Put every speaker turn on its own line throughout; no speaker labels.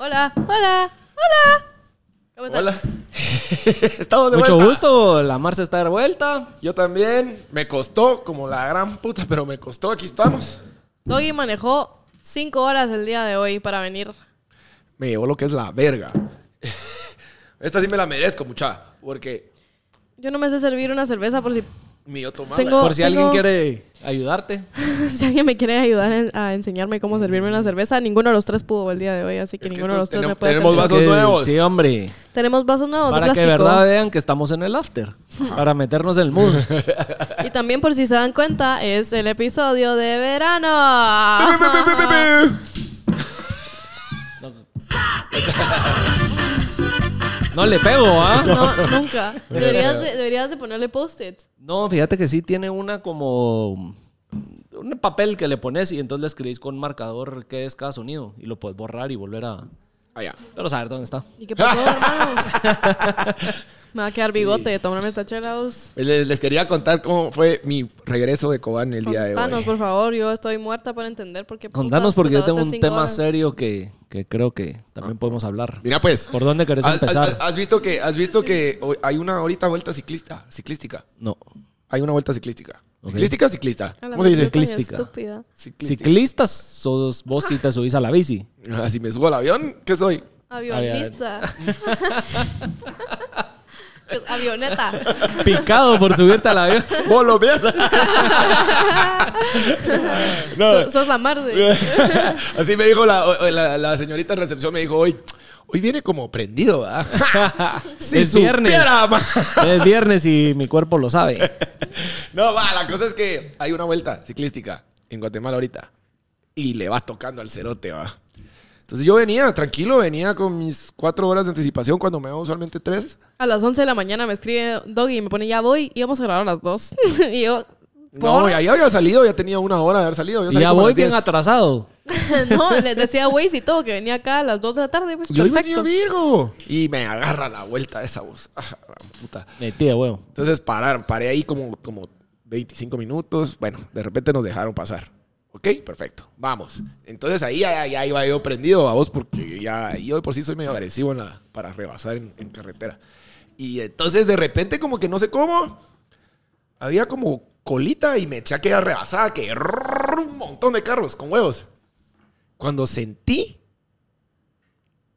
Hola, hola, hola. ¿Cómo estás?
Hola. Estamos de
Mucho
vuelta.
gusto, la Marcia está de vuelta.
Yo también. Me costó como la gran puta, pero me costó. Aquí estamos.
Doggy manejó cinco horas el día de hoy para venir.
Me llevó lo que es la verga. Esta sí me la merezco, mucha. Porque
Yo no me sé servir una cerveza por si,
mi yo tomaba.
Tengo-
Por si alguien
tengo-
quiere ayudarte.
si alguien me quiere ayudar en- a enseñarme cómo servirme una cerveza. Ninguno de los tres pudo el día de hoy, así que
Es que
ninguno de los tres
estos
me puede
tenemos
servir.
vasos nuevos.
Sí, hombre.
Tenemos vasos nuevos
Para
de
que de
plástico.
verdad vean que estamos en el after. Para meternos en el mood.
Y también, por si se dan cuenta, es el episodio de verano.
No le pego, ¿ah?
no, nunca. Deberías de, deberías de ponerle post-it.
No, fíjate que sí tiene una como. Un papel que le pones y entonces le escribís con marcador que es cada sonido y lo puedes borrar y volver a.
Allá.
Pero saber dónde está.
¿Y qué pasó, hermano? Me va a quedar bigote de tomarme esta chela. vos.
Les, les quería contar cómo fue mi regreso de Cobán el día de
Contanos, por
hoy.
favor. Yo estoy muerta por entender por qué. putas
Contanos porque yo
tardaste
tengo un
cinco
tema
horas.
serio que, que creo que también
Ah.
podemos hablar.
Mira, pues.
¿Por dónde querés
¿Has, has-
empezar?
has visto que, has visto que hoy hay una ahorita vuelta ciclista, ciclística.
No.
Hay una vuelta ciclística. ¿Ciclística o ciclista?
A la
¿Cómo se dice?
vez yo tan
Clística.
Estúpida.
Ciclística.
Ciclistas, sos vos si te subís a la bici.
Ah, Si me subo al avión, ¿qué soy?
Avionista. Avioneta.
Picado por subirte al avión.
¡Bolo, mierda! No.
So- sos la marde.
Así me dijo la, la- la señorita en recepción, me dijo hoy, hoy viene como prendido, ¿verdad? si
Es viernes.
supiera, ma.
Es viernes y mi cuerpo lo sabe.
No, va, la cosa es que hay una vuelta ciclística en Guatemala ahorita y le vas tocando al cerote, va. Entonces yo venía tranquilo, venía con mis cuatro horas de anticipación cuando me hago usualmente tres.
A las 11 de la mañana me escribe Doggy y me pone, ya voy, y vamos a grabar a las 2. y yo,
No,
¿por?
ya, ya había salido, ya tenía una hora de haber salido. Yo
Y
salí
ya
como a
voy
las
bien
10.
atrasado.
no, les decía Waze y todo, que venía acá a las 2 de la tarde. Pues,
Yo venía
perfecto.
Virgo. Y me agarra la vuelta esa voz. Ah, la puta.
Metí de huevo.
Entonces parar, paré ahí como, como 25 minutos. Bueno, de repente nos dejaron pasar. Ok, perfecto. Vamos. Entonces ahí ya, ya iba yo prendido a vos porque ya yo de por sí soy medio agresivo en la- para rebasar en, en carretera. Y entonces de repente como que no sé cómo, había como colita y me eché aquella rebasada que rrrr, un montón de carros con huevos. Cuando sentí,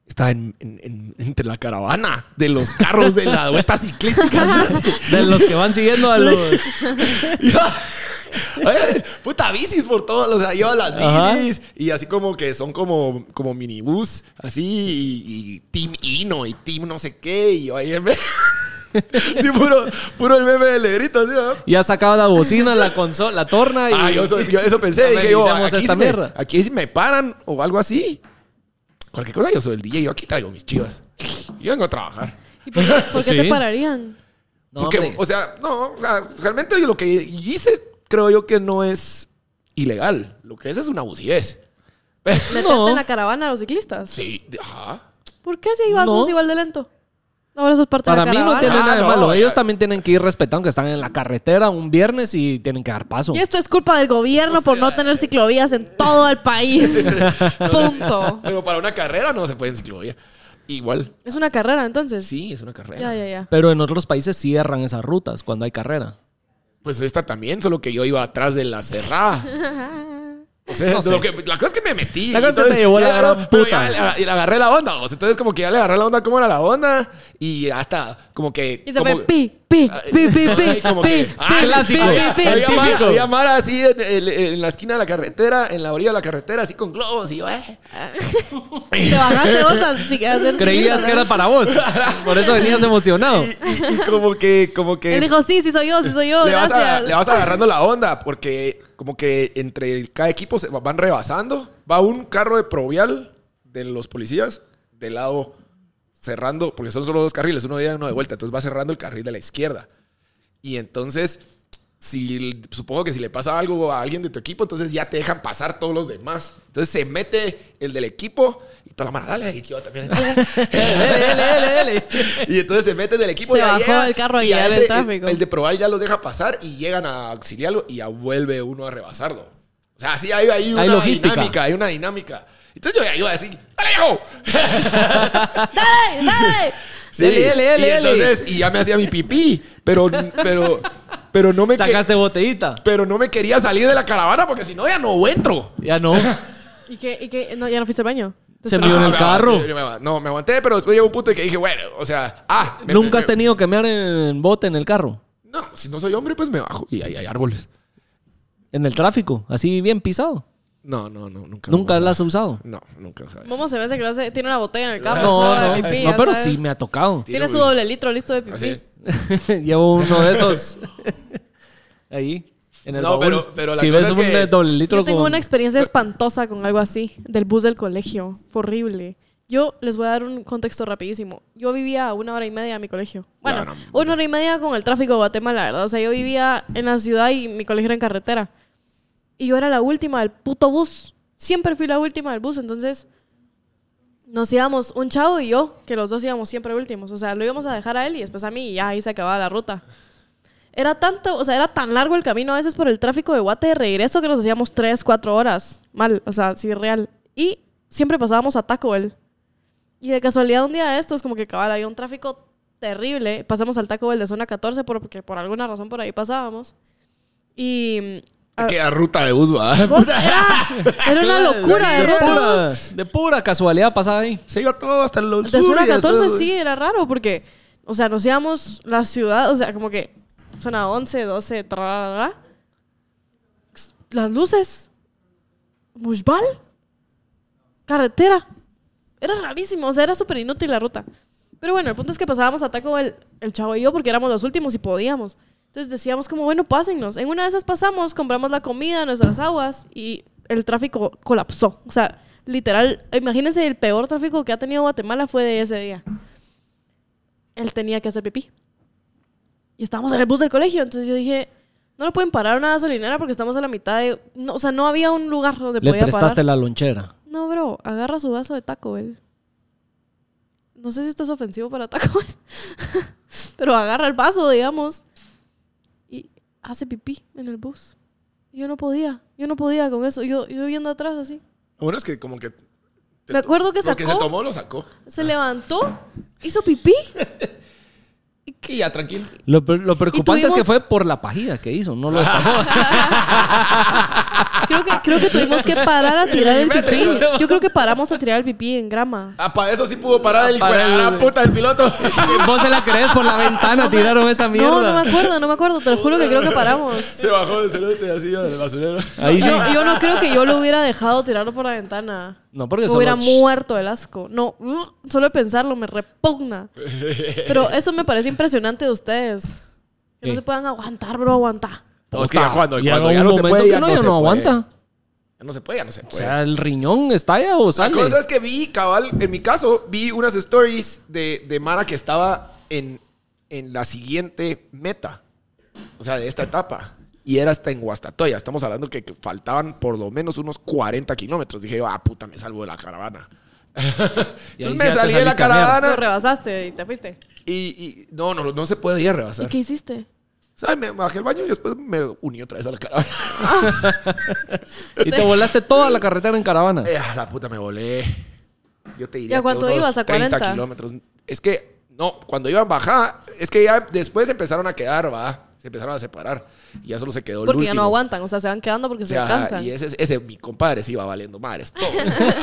estaba en- en- en- entre la caravana de los carros de la vuelta ciclística.
De los que van siguiendo a los.
Yo- Ay, puta bicis por todos, o sea, yo las
Ajá.
bicis y así como que son como, como minibús, así y, y team Ino y team no sé qué y yo ahí en- Sí, puro, puro el meme del negrito, así, ¿no?
Ya sacaba la bocina, la consola, la torna y.
Ah, yo, so- yo eso pensé, dije yo,
Amenicemos
aquí,
esta
si me,
mierda.
aquí si me paran o algo así, cualquier cosa, yo soy el DJ, yo aquí traigo mis chivas. Yo vengo a trabajar.
¿Y por qué, por qué te
Sí.
pararían?
No,
Porque,
hombre.
o sea, no, o sea, realmente yo lo que hice creo yo que no es ilegal. Lo que es es una bucidez.
¿Meterte
No.
en la caravana a los ciclistas?
Sí, de- ajá.
¿Por qué si ibas
No.
vos igual de lento? Ahora sos parte de
Para
la
mí no
caravana.
tiene
Ah,
nada de
no,
malo.
ya.
Ellos también tienen que ir respetando que están en la carretera un viernes y tienen que dar paso.
Y esto es culpa del gobierno por no tener ciclovías en todo el país. Punto.
Pero para una carrera no se puede en ciclovía. Igual.
Es una carrera, entonces.
Sí, es una carrera.
Ya, ya, ya.
Pero en otros países cierran esas rutas cuando hay carrera.
Pues esta también, solo que yo iba atrás de la cerrada. O sea,
No sé.
lo que- la cosa es que me metí.
La cosa es que te
Entonces,
llevó la
ya
gran
agarró- pero
puta.
ya le- Y le agarré la onda. o sea, entonces, como que ya le agarré la onda, cómo era la onda. Y hasta como que.
Y se
como-
fue pi, pi, pi, pi,
Ay,
pi,
como
pi,
que- Ah,
pi, pi,
clásico.
Había,
pi,
había
pi.
mara, había mara así en, el- en la esquina de la carretera, en la orilla de la carretera, así con globos. Y yo, eh.
Te bajaste vos a, sí, a hacer
Creías
ciclista,
que
¿no?
era para vos. Por eso venías emocionado.
Y, y- y como que, como que.
Él dijo, sí, sí soy yo, sí soy yo,
le, vas
gracias.
a- le vas agarrando la onda, porque como que entre el- cada equipo se van rebasando. Va un carro de provial de los policías del lado cerrando, porque son solo dos carriles, uno de ida y uno de vuelta, entonces va cerrando el carril de la izquierda. Y entonces, si, supongo que si le pasa algo a alguien de tu equipo, entonces ya te dejan pasar todos los demás. Entonces se mete el del equipo y toda la mara, dale, y yo también. dale, dale, dale, dale. Y entonces se mete el del equipo.
Se
ya
bajó
llega,
el carro a
y ya
llegar al
ese-
tráfico.
El, de probar ya los deja pasar y llegan a auxiliarlo y ya vuelve uno a rebasarlo. O sea, sí hay, hay una
logística.
dinámica, hay una dinámica. Entonces yo ya iba así, ¡dale, hijo!
¡Dale, dale!
Sí.
Dele, dele, dele,
y
dele.
entonces, y ya me hacía mi pipí, pero, pero, pero no me que-
Sacaste botellita.
pero no me quería salir de la caravana porque si no ya no entro.
Ya no.
¿Y qué? ¿Y qué? No, ya no fuiste al baño.
Se me- Yo en el
Ah, me
carro.
aguanté, yo me aguanté. no, me aguanté, pero después llegó un punto en que dije, bueno, o sea, ah, me-
Nunca has
me-
tenido que mear en bote en el carro.
No, si no soy hombre, pues me bajo y ahí hay árboles.
En el tráfico. Así bien pisado.
No, no, no, nunca.
Nunca
no,
la has usado.
No, nunca sabes.
Momo se ve ese que lo hace- tiene una botella en el carro.
No,
sabe,
no.
de pipí,
No,
ya
pero
sabes.
sí me ha tocado.
Tiene su doble litro listo de pipí.
Así.
Llevo uno de esos. Ahí. En el
No,
baúl.
pero- pero la
si
cosa
ves
es
un
que-
doble litro
Yo tengo
con-
una experiencia espantosa con algo así, del bus del colegio. Fue horrible. Yo les voy a dar un contexto rapidísimo. Yo vivía a una hora y media de mi colegio. Bueno,
Claro.
una hora y media con el tráfico de Guatemala, la ¿verdad? O sea, yo vivía en la ciudad y mi colegio era en carretera. Y yo era la última del puto bus. Siempre fui la última del bus, entonces nos íbamos un chavo y yo, que los dos íbamos siempre últimos. O sea, lo íbamos a dejar a él y después a mí y ya ahí se acababa la ruta. Era tanto, o sea, era tan largo el camino a veces por el tráfico de Guate de regreso que nos hacíamos tres, cuatro horas. Mal, o sea, sí, real. Y siempre pasábamos a Taco Bell. Y de casualidad un día de estos, como que cabal, había un tráfico terrible. Pasamos al Taco Bell de zona 14 porque por alguna razón por ahí pasábamos. Y... a-
Qué ruta de bus, va.
vos, era, era una locura de ruta.
pura, de pura casualidad pasada ahí.
Se iba todo hasta los
De zona 14 sí era raro porque, o sea, nos íbamos la ciudad, o sea, como que zona 11, 12, tra, tra, tra. las luces, Mushbal, carretera. Era rarísimo, o sea, era súper inútil la ruta. Pero bueno, el punto es que pasábamos a Taco Bell, el chavo y yo, porque éramos los últimos y podíamos. Entonces decíamos como, bueno, pásennos. En una de esas pasamos, compramos la comida, nuestras aguas y el tráfico colapsó. O sea, literal, imagínense el peor tráfico que ha tenido Guatemala fue de ese día. Él tenía que hacer pipí. Y estábamos en el bus del colegio, entonces yo dije, no lo pueden parar a una gasolinera porque estamos a la mitad de... no, o sea, no había un lugar donde
Le
podía parar.
prestaste la lonchera.
No, bro, agarra su vaso de Taco Bell. No sé si esto es ofensivo para Taco Bell, pero agarra el vaso, digamos, y hace pipí en el bus. Y Yo no podía, yo no podía con eso. Yo, yo viendo atrás así.
Bueno, es que como que.
Me acuerdo que
Lo que se
sacó,
tomó lo sacó.
se levantó, hizo pipí.
Y ya, tranquilo.
Lo, pre- lo preocupante es que
tuvimos-
fue por la pajida que hizo, no lo destapó.
Creo que, creo que tuvimos que parar a tirar el
Vete,
pipí.
hijo.
Yo creo que paramos a tirar el pipí en grama.
Ah, para eso sí pudo parar el hijo de
para
la gran
el-
puta del piloto.
Vos se la crees por la ventana, tiraron esa
No,
mierda.
no me acuerdo, no me acuerdo. Te lo juro que creo que paramos.
se bajó del celote así del basurero.
Ahí sí.
Yo, yo no creo que yo lo hubiera dejado tirarlo por la ventana.
No, porque
Me
solo-
hubiera muerto el asco. No, uh, solo de pensarlo me repugna. Pero eso me parece impresionante de ustedes. Que
¿Qué?
no se puedan aguantar, bro, aguanta.
No, es que ya cuando,
Llega
cuando
un
ya no se
momento
puede,
que
ya
no,
no,
ya
se
no
puede.
aguanta.
Ya no se puede, ya no se puede.
O sea, el riñón estalla o
la
sale.
cosa es que vi, cabal, en mi caso, vi unas stories de, de Mara que estaba en, en la siguiente meta. O sea, de esta etapa. Y era hasta en Guastatoya. Estamos hablando que, que faltaban por lo menos unos 40 kilómetros. Dije, ah, puta, me salvo de la caravana.
Y
Entonces
ahí sí
me
ya te
salí de la
saliste a mierda.
Lo
caravana
rebasaste y te fuiste.
y, y- no, no, no se podía rebasar.
¿Y qué hiciste?
O sea, me bajé al baño y después me uní otra vez a la caravana.
Y te volaste toda la carretera en caravana.
Eh, a la puta me volé. Yo te diría
¿Y a cuánto
que unos
ibas? ¿A 40?
kilómetros. Es que, no, cuando iban bajada, es que ya después empezaron a quedar, va. Se empezaron a separar. Y ya solo se quedó el
Porque ya no
último.
aguantan, o sea, se van quedando porque se
Ajá,
cansan.
y ese, ese, mi compadre sí iba valiendo madres. po.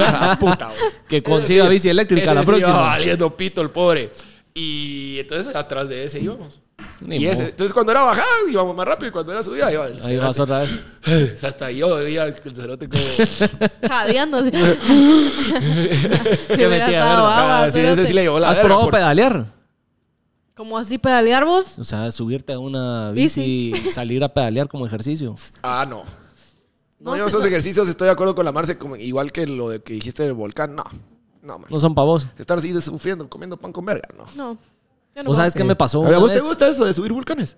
Ajá, Puta, vos.
Que consiga
Ese sí-
bici eléctrica
ese
la
sí iba
próxima.
valiendo pito el pobre. Y entonces atrás de ese íbamos.
Ni
y ese-
modo.
entonces cuando era bajada íbamos más rápido y cuando era subida iba el
Ahí
cerote.
vas otra vez.
O sea, hasta yo veía el cerote como...
Jadeando así.
Qué
Se hubiera
metida,
estado
verga.
agua,
Ah, sí, ese sí
cerote.
le llevó la
¿Has
verga
probado
por-
pedalear?
Como así pedalear vos.
O sea, subirte a una bici y salir a pedalear como ejercicio.
Ah, no. No,
No,
yo
sí,
esos
no.
ejercicios estoy de acuerdo con la Marce, como, igual que lo de que dijiste del volcán, no. No, man.
No son pavos.
Estar así sufriendo, comiendo pan con verga, no.
No. yo no
¿Vos sabes
puedo.
qué me pasó?
¿A
una
vos te
vez?
gusta eso de subir volcanes?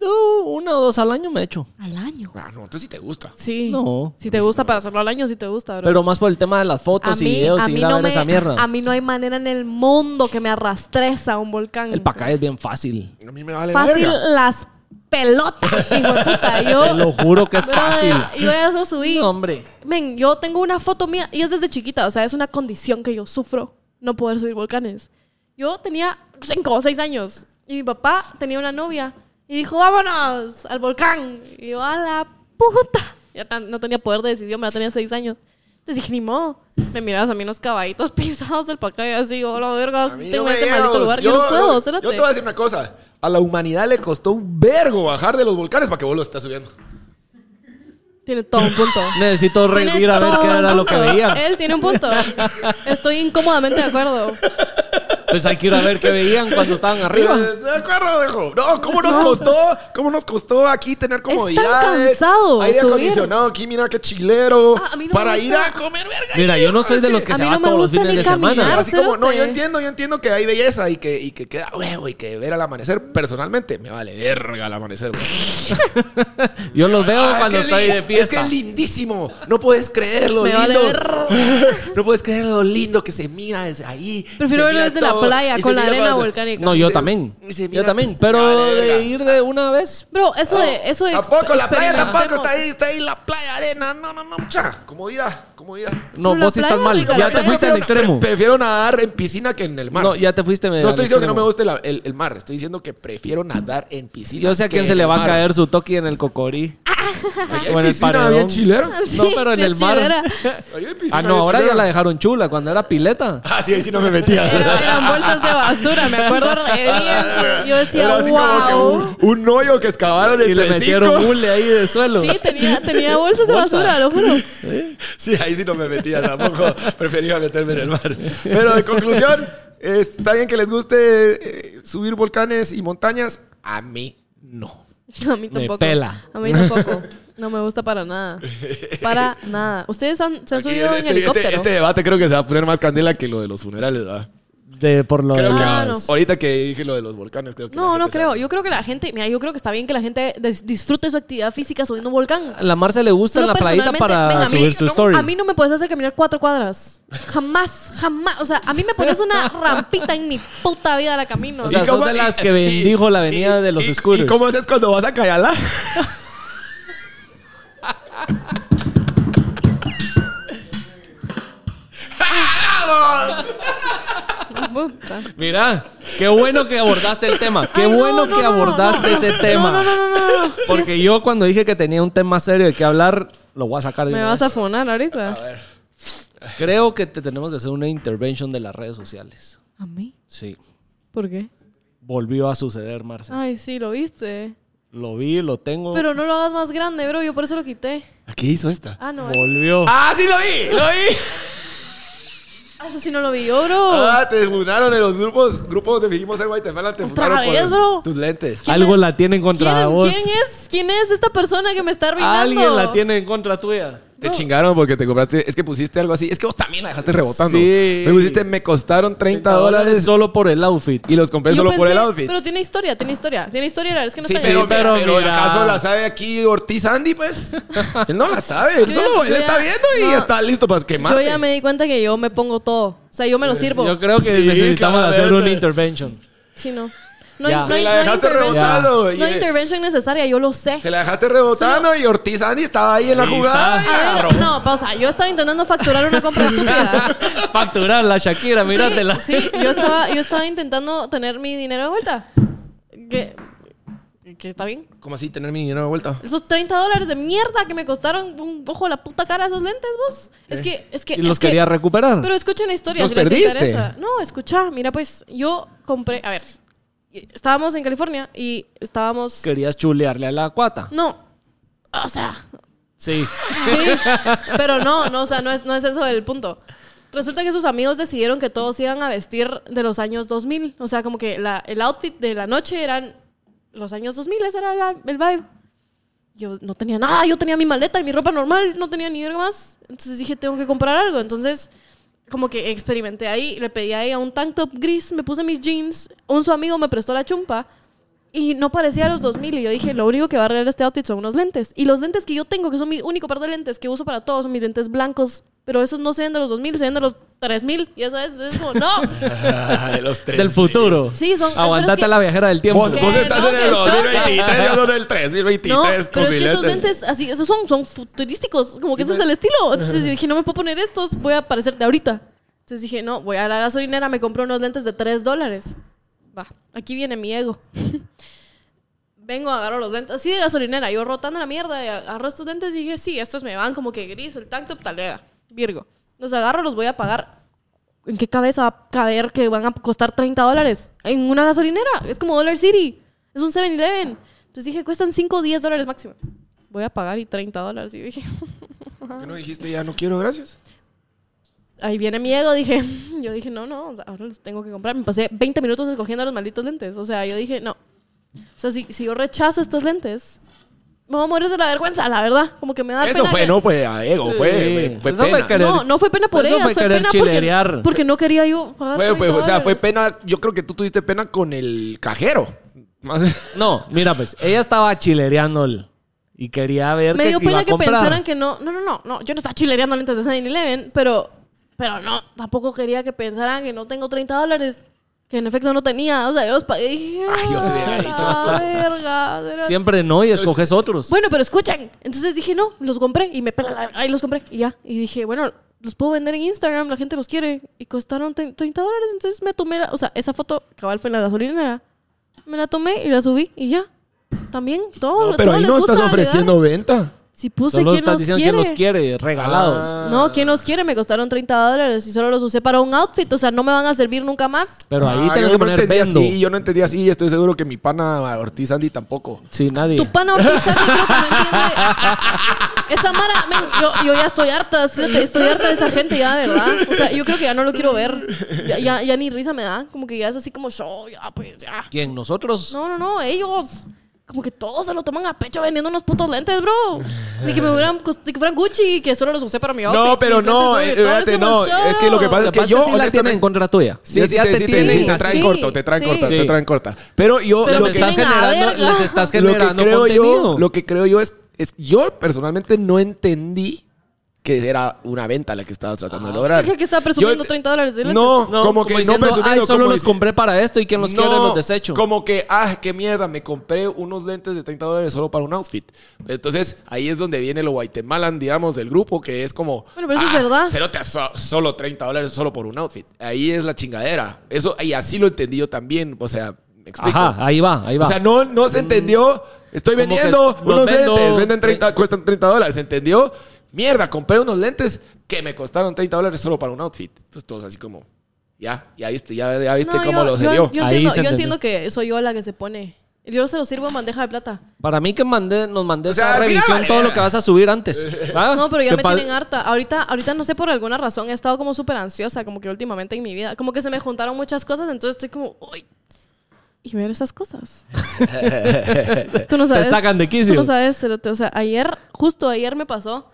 No, una o dos al año me echo.
Al año.
Ah, no, Pues tú sí te gusta.
Sí.
No.
Si te gusta para hacerlo al año, sí te gusta, bro.
Pero más por el tema de las
a
fotos y
mí,
videos
a
y
mí
ir a
no
ver
me,
esa mierda.
a mí no hay manera en el mundo que me arrastres a un volcán.
El pacay es bien fácil.
A mí me vale
Fácil
verga.
las pelotas, hijo de puta. Yo,
Te lo juro que es
Bro,
fácil.
Yo eso subí.
No, hombre.
Men, yo tengo una foto mía y es desde chiquita, o sea, es una condición que yo sufro, no poder subir volcanes. Yo tenía cinco o seis años y mi papá tenía una novia y dijo, vámonos al volcán. Y yo, a la puta. Ya tan- no tenía poder de decisión, me la tenía seis años. Entonces dije, ni modo. Me mirabas a mí los caballitos pisados del pacay así, oh, la verga,
A mí
tengo
no me
este
llega,
maldito
vos.
lugar, yo, no puedo,
Yo
cérate.
te voy a decir una cosa. A la humanidad le costó un vergo bajar de los volcanes para que vos lo estés subiendo.
Tiene todo un punto.
Necesito
Tiene
reír a ver
todo
qué
un
era lo que
punto.
veían.
Él tiene un punto. Estoy incómodamente de acuerdo.
Pues hay que ir a ver qué veían cuando estaban arriba.
Eh, De acuerdo, viejo. No, ¿cómo nos costó? ¿Cómo nos costó aquí tener comodidades?
cansado
Aire
subir.
acondicionado aquí, mira qué chilero.
Ah, a mí no me
para
gusta.
ir a comer verga.
Mira, yo no soy de los que
a
se
mí
va
no me
todos los
gusta
fines
ni
de semana.
caminar.
Así como, no, yo
Cerote.
entiendo, yo entiendo que hay belleza y que, y que queda huevo y que ver al amanecer personalmente me vale verga el amanecer. güey.
Yo los veo
Ah, es
cuando
que es
estoy
lin-
de fiesta.
Es que es lindísimo. No puedes creerlo.
Me vale
lindo.
verga.
No puedes creer lo lindo que se mira desde ahí.
Prefiero
Se
verlo
mira
desde la
todo,
playa,
y se
con la
mira
arena
cuando-
volcánica.
No, yo
Y se-
también.
y se mira-
Yo también. Pero
Me vale verga.
de ir de una vez.
Bro, eso de. Eso de ex-
Oh, Tampoco, la playa
Pues, experimentemos.
tampoco. Está ahí, está ahí la playa, arena. No, no, no, mucha. Comodidad, comodidad.
No,
Pero la
vos sí estás
playa,
mal.
rico,
Ya
la
te
playa.
fuiste al extremo.
Pre- prefiero nadar en piscina que en el mar.
No, ya te fuiste.
No estoy diciendo que no me guste la- el, el mar. Estoy diciendo que prefiero nadar en piscina.
Yo sé a quién
que
se
en
le
el
va a
mar.
caer su toki en el cocorí.
Ah,
Ahí
o en
hay
el
piscina
paredón.
bien chilero.
Sí,
No, pero en
sí,
el
sí,
mar.
Era,
Ahí hay piscina
Ah, no,
bien
ahora ya
chilera.
la dejaron chula cuando era pileta.
Ah, sí, ahí sí no me metía.
era- eran bolsas de basura, me acuerdo re bien. Yo
Era
decía,
así como que
wow.
un, un hoyo que excavaron
Y le
entre
metieron
cinco.
mule ahí de suelo.
Sí, tenía, tenía bolsas de
Bolsa.
basura, lo juro.
Sí, ahí sí no me metía tampoco. Prefería meterme en el mar. Pero en conclusión, está bien que les guste eh, subir volcanes y montañas. A mí no.
A mí tampoco.
pela.
A mí tampoco. No me gusta para nada. Para nada. Ustedes han, se han
Aquí,
subido en
este, este,
helicóptero.
este debate creo que se va a poner más candela que lo de los funerales, ¿verdad?
De por lo
Creo
de
que
Ah,
las-
no.
ahorita que dije lo de los volcanes, creo que. la
No,
gente
no
se-
creo. Yo creo que la gente, mira, yo creo que está bien que la gente des- disfrute su actividad física subiendo un volcán.
La Marce le gusta en
Solo
la playita
personalmente,
para
venga, a mí-
subir su
no,
story.
A mí no me puedes hacer caminar cuatro cuadras. Jamás, jamás. O sea, a mí me pones una rampita en mi puta vida la camino.
O sea,
¿Y
sos
cómo-
de las
y-
que bendijo la avenida de los
y-
scooters.
¿Y cómo haces cuando vas a Cayala?
Puta.
Mira, qué bueno que abordaste el tema. Qué
Ay, no,
bueno
no,
que
no, no,
abordaste
no,
ese
no,
tema.
No, no, no, no, no, no. Sí,
Porque yo cuando dije que tenía un tema serio de qué hablar, lo voy a sacar de
Me
una
vas a
vez.
fonar ahorita. A,
Creo que te tenemos que hacer una intervention de las redes sociales.
mí?
Sí.
¿Por qué?
Volvió a suceder, Marce.
Ay, sí, lo viste.
Lo vi, lo tengo.
Ah. Pero no lo hagas más grande, bro. Yo por eso lo quité.
¿A ¿Qué hizo esta?
Ah, no. Eso,
Volvió.
¡Ah, sí lo vi! ¡Lo vi!
ah, eso sí no lo vi yo, bro.
Ah, te funaron en los grupos, grupos donde dijimos ser Guatemala, te
Otra
funaron
vez, bro.
tus lentes.
¿Quién
Algo
es?
la tienen
¿Quién,
contra vos.
quién es? ¿Quién es esta persona que me está arruinando?
Alguien la tiene en contra tuya.
Te chingaron porque te compraste, es que pusiste algo así, es que vos también la dejaste rebotando.
Sí.
Me pusiste, me costaron 30 dólares
solo por el outfit.
y los compré
Yo
solo por
pensé-
el outfit.
Pero tiene historia, tiene historia. Tiene historia, la verdad es que no
Sí,
está
pero,
Sí, pero
pero
mira.
¿acaso la sabe aquí Ortiz Andy, pues? Él no la sabe,
Yo
él
ya-
solo
yo
él
pues ya-
está viendo y
no.
está listo para quemar.
Yo ya me di cuenta que yo me pongo todo. O sea, yo me lo sirvo.
Eh, Yo creo que
Sí,
necesitamos
claramente.
hacer una intervention.
Sí, no. No,
Ya.
no hay,
la
no hay
dejaste
intervention.
rebotando,
No hay
y- eh.
intervention necesaria, yo lo sé.
Se la dejaste rebotando y Ortiz Andy estaba ahí en la
Ahí
jugada. Ah,
está.
y
A
agarró.
ver, no, pausa. Yo estaba intentando facturar una compra estúpida.
Facturar la Shakira,
Sí,
míratela.
Sí, yo estaba, yo estaba intentando tener mi dinero de vuelta. Que- que- que está bien.
¿Cómo así tener mi dinero de vuelta?
Esos 30 dólares de mierda que me costaron un ojo de la puta cara esos lentes, vos. Es que, es que.
Eh. Y los
es que-
quería recuperar.
Pero escuchen la historia,
Los
si les
perdiste.
interesa. No, escucha, mira, pues yo compré. A ver, estábamos en California y estábamos.
Querías chulearle a la cuata.
No. O sea,
Sí.
sí, pero no, no, o sea, no es, no es eso el punto. Resulta que sus amigos decidieron que todos iban a vestir de los años 2000. O sea, como que la- el outfit de la noche eran los años 2000, ese era la- el vibe. Yo no tenía nada, yo tenía mi maleta y mi ropa normal, no tenía ni verga más. Entonces dije, tengo que comprar algo. Entonces, como que experimenté ahí, le pedí a ella un tank top gris, me puse mis jeans, un su amigo me prestó la chumpa y no parecía a los 2000 y yo dije, lo único que va a arreglar este outfit son unos lentes. Y los lentes que yo tengo, que son mi único par de lentes que uso para todos, son mis lentes blancos. Pero esos no se ven de los 2000, se ven de los 3000. Y esa es, es como, no.
Ah, de los tres.
Del futuro.
Sí, son-
Aguantate
pero es que-
a la viajera del tiempo.
Vos, vos
¿Qué?
estás
No,
en
que
el 2023, yo soy en el 3023
no,
con
pero es que
mis
esos
lentes.
lentes, así, esos son, son futurísticos. Como que ese es el estilo. Entonces yo dije, no me puedo poner estos, voy a parecer de ahorita. Entonces dije, no, voy a la gasolinera, me compré unos lentes de 3 dólares. Va, aquí viene mi ego. Vengo, agarro los lentes, así de gasolinera, yo rotando la mierda, y agarro estos lentes y dije, sí, estos me van como que gris, el tank top talega, Virgo. Los agarro, los voy a pagar. ¿En qué cabeza va a caber que van a costar 30 dólares? En una gasolinera, es como Dollar City, es un 7-Eleven. Entonces dije, cuestan 5 o 10 dólares máximo. Voy a pagar y 30 dólares. Y dije,
¿Por qué no dijiste ya no quiero, gracias?
ahí viene mi ego, dije, yo dije, no, no, o sea, ahora los tengo que comprar. Me pasé 20 minutos escogiendo los malditos lentes. O sea, yo dije, no. O sea, si, si yo rechazo estos lentes, me voy a morir de la vergüenza, la verdad. Como que me da
Eso
Ah, pena
fue,
que-
no fue a ego, fue,
Sí.
fue
Eso fue
pena.
querer-
No, no fue pena por
Eso
ellas,
fue
fue,
querer
pena porque,
chilerear.
porque no quería yo pagar
Fue- fue-
30
o sea, fue
dólares.
pena, yo creo que tú tuviste pena con el cajero. Más-
No, mira, pues ella estaba chilereando el- y quería ver
Me
que
dio
iba
pena
a
que
comprar.
pensaran que no, no, no, no, no, yo no estaba chilereando lentes de 7-Eleven, pero, pero no, tampoco quería que pensaran que no tengo 30 dólares, que en efecto no tenía, o sea, yo los pagué y dije,
Ay, yo se le había
"Ah,
dicho.
la verga, será-
Siempre no
Pues,
y escoges otros.
Bueno, pero escuchan, entonces dije, no, los compré y me pela, la- ahí los compré y ya, y dije, bueno, los puedo vender en Instagram, la gente los quiere, y costaron tre- 30 dólares, entonces me tomé, la- o sea, esa foto cabal fue en la gasolinera, me la tomé y la subí y ya. También, todo,
No, pero
todo
ahí
les
no
gusta
estás
alegar.
ofreciendo venta.
Si puse
Solo
quién
estás
nos
diciendo
quiere.
que los quiere, regalados.
Ah.
No, quién los quiere, me costaron 30 dólares y solo los usé para un outfit, o sea, no me van a servir nunca más.
Pero ahí
Ah,
tenés
yo no
que poner
entendía
vendo.
así, yo no entendía así y estoy seguro que mi pana Ortiz Andy tampoco.
Sí, nadie.
Tu pana Ortiz Sandy creo que no entiende. Esa Mara, men, yo, yo ya estoy harta, fíjate, estoy harta de esa gente ya, ¿verdad? O sea, yo creo que ya no lo quiero ver. Ya, ya, ya ni risa me da, como que ya es así como show, ya pues ya.
¿Quién? ¿Nosotros?
No, no, no, ellos. Como que todos se lo toman a pecho vendiendo unos putos lentes, bro. Ni que me hubieran, cost- ni que fueran Gucci, que solo los usé para mi outfit.
No, pero
mis
no,
lentes,
eh,
oye, todo
espérate,
como
no.
show.
Es que lo que pasa es
Capaz
que yo,
sí la tienen en
honestamente-
contra tuya.
Sí,
Ya-
sí,
ya
te, sí, te- sí, te traen
Sí,
corto, te traen
sí.
corta, te
Sí.
traen corta. Pero yo
Pero
lo
les,
se
que,
estás
tienen a
generando,
verga.
les estás
lo que
generando
creo
contenido.
yo, lo que creo yo es, es yo personalmente no entendí que era una venta la que estabas tratando de lograr.
Ah, Dije que estaba presumiendo
Yo-
30 dólares de lentes.
No,
No,
como que
diciendo,
no presumiendo,
Ay, solo
como
los
dici-
compré para esto y quien los quiere los desecho.
Como que, ah, qué mierda, me compré unos lentes de 30 dólares solo para un outfit. Entonces, ahí es donde viene lo guatemalan, digamos, del grupo, que es como.
Bueno, pero eso es
"Ah,
verdad".
cerote, so- solo 30 dólares solo por un outfit. Ahí es la chingadera. Eso, y así lo entendí yo también. O sea, me explico.
Ajá, ahí va, ahí va.
O sea, no, no se entendió. Estoy
Como que
vendiendo
los
unos
vendo.
lentes. Venden 30, cuestan 30 dólares. ¿Se entendió? Mierda, compré unos lentes que me costaron 30 dólares solo para un outfit. Entonces todos así como, ya, ya viste, ya, ya viste
No,
este,
yo-
cómo lo se
yo-
dio.
Yo,
Ahí
entiendo,
se
yo
entendió.
entiendo que soy yo la que se pone. Yo se lo sirvo en bandeja de plata.
Para mí que mandé, nos mandé
O sea,
esa
al final
revisión
vale
todo lo
verga.
que vas a subir antes.
Ah,
¿va?
No, pero ya
Que
me
pa-
tienen harta. Ahorita, ahorita no sé por alguna razón he estado como súper ansiosa, como que últimamente en mi vida. Como que se me juntaron muchas cosas, entonces estoy como, uy. Y ver esas cosas. Tú no
Te
sabes.
sacan de quicio.
Tú no sabes, cerote. O sea, ayer, justo ayer me pasó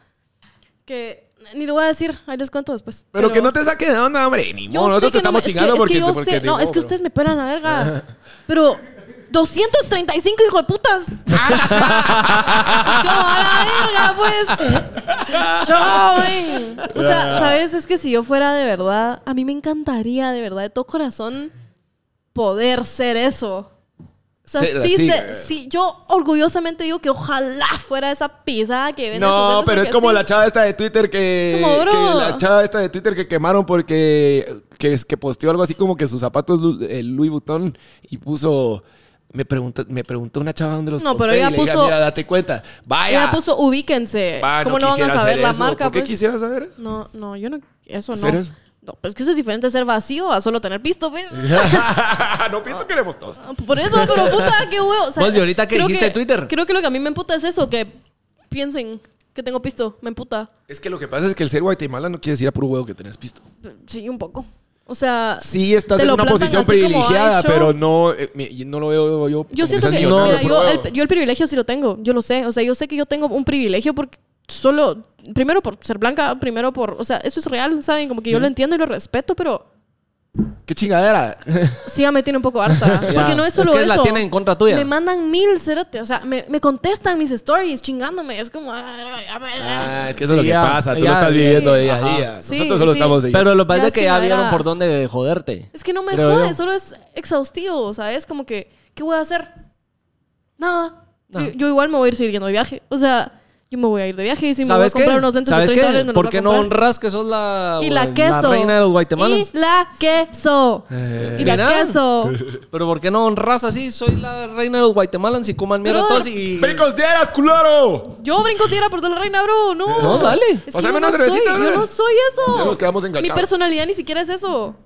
que ni lo voy a decir, ahí les cuento después.
Pero que no te saque de onda, hombre. Ni
Yo
modo.
sé
Nosotros
que
te
no me-
estamos
es que-
chingando
es que
porque,
yo
porque
sé-
ni
no, es
modo,
que
bro.
ustedes me pelan la verga. Pero 235 hijo de putas. Es como a la verga, pues. Yo, ven. O sea, sabes, es que si yo fuera de verdad, a mí me encantaría de verdad, de todo corazón, poder ser eso. O sea,
Ser
sí,
así.
se- sí, yo orgullosamente digo que ojalá fuera esa pisada que vende sus
No,
lentes,
pero es
porque
como
sí.
la chava esta de Twitter que,
Como,
que
bro.
la chava esta de Twitter que quemaron porque que, que posteó algo así como que sus zapatos Lu- eh, Louis Vuitton y puso me preguntó, me preguntó una chava dónde los
No, pero
compré y
ella
le dije, "Ah,
puso-
"Mira, date cuenta. Vaya.
Ella puso ubíquense.
Va,
¿Cómo no van a
quisiera
saber
hacer
la
eso.
marca?
¿Por qué
pues?
quisiera saber eso?
No, no, yo no. Eso no.
¿Hacer eso?
No, pues que eso es diferente a ser vacío a solo tener pisto, pues.
no, pisto queremos todos.
Por eso, pero puta, qué huevo. O sea,
Vos, ¿y ahorita qué
creo
dijiste
que-
en Twitter?
Creo que lo que a mí me emputa es eso, que piensen que tengo pisto. Me emputa.
Es que lo que pasa es que el ser guatemala no quiere decir a puro huevo que tenés pisto.
Sí, un poco. O sea.
Sí, estás
te
en
lo
una
plantan
posición
así como,
privilegiada,
"Ay, yo-".
pero no, eh, mi- yo no lo veo yo. como
Yo siento
seas
que.
millonario
mira,
por
yo,
huevo.
el, yo el privilegio sí lo tengo. Yo lo sé. O sea, yo sé que yo tengo un privilegio porque solo. Primero por ser blanca, primero por. O sea, eso es real, ¿saben? Como que yo lo entiendo y lo respeto, pero.
Qué chingadera.
Sí, ya me tiene un poco harta. Porque no es
Es que
solo
la
eso.
tienen en contra tuya.
Me mandan mil, cérate. O sea, me, me contestan mis stories chingándome. Es como.
Ah, es que eso es lo
Sí,
que
ya,
pasa. Tú
ya,
lo estás
sí.
viviendo día a
Ajá.
día.
Sí,
Nosotros solo
sí.
estamos ahí.
Pero lo que pasa es que ya
Lástima,
vieron
era-
por dónde joderte.
Es que no me
Creo
jode,
yo.
solo es exhaustivo. O sea, es como que. ¿Qué voy a hacer? Nada.
Nada.
Yo, yo igual me voy a ir siguiendo de viaje. O sea, yo me voy a ir de viaaje y si me voy a
¿Sabes qué?
comprar unos lentes de
¿Sabes
30
qué?
dólares, me los
¿Por
voy a
qué no
comprar.
honras que sos la,
Y la
la
queso.
reina de los guatemalans? Eh.
Y la queso. y la
Mira.
queso.
Pero ¿por qué no honras así? Soy la reina de los guatemalans y coman mierda
Brother.
todos y...
¡Bricos de eras, culero!
Yo brinco tierra por ser la reina, bro. No.
No, dale.
Es que
Pásame
yo,
una
no soy,
cervecita,
yo
brother.
no soy eso.
Ya nos quedamos enganchados.
Mi personalidad ni siquiera es eso.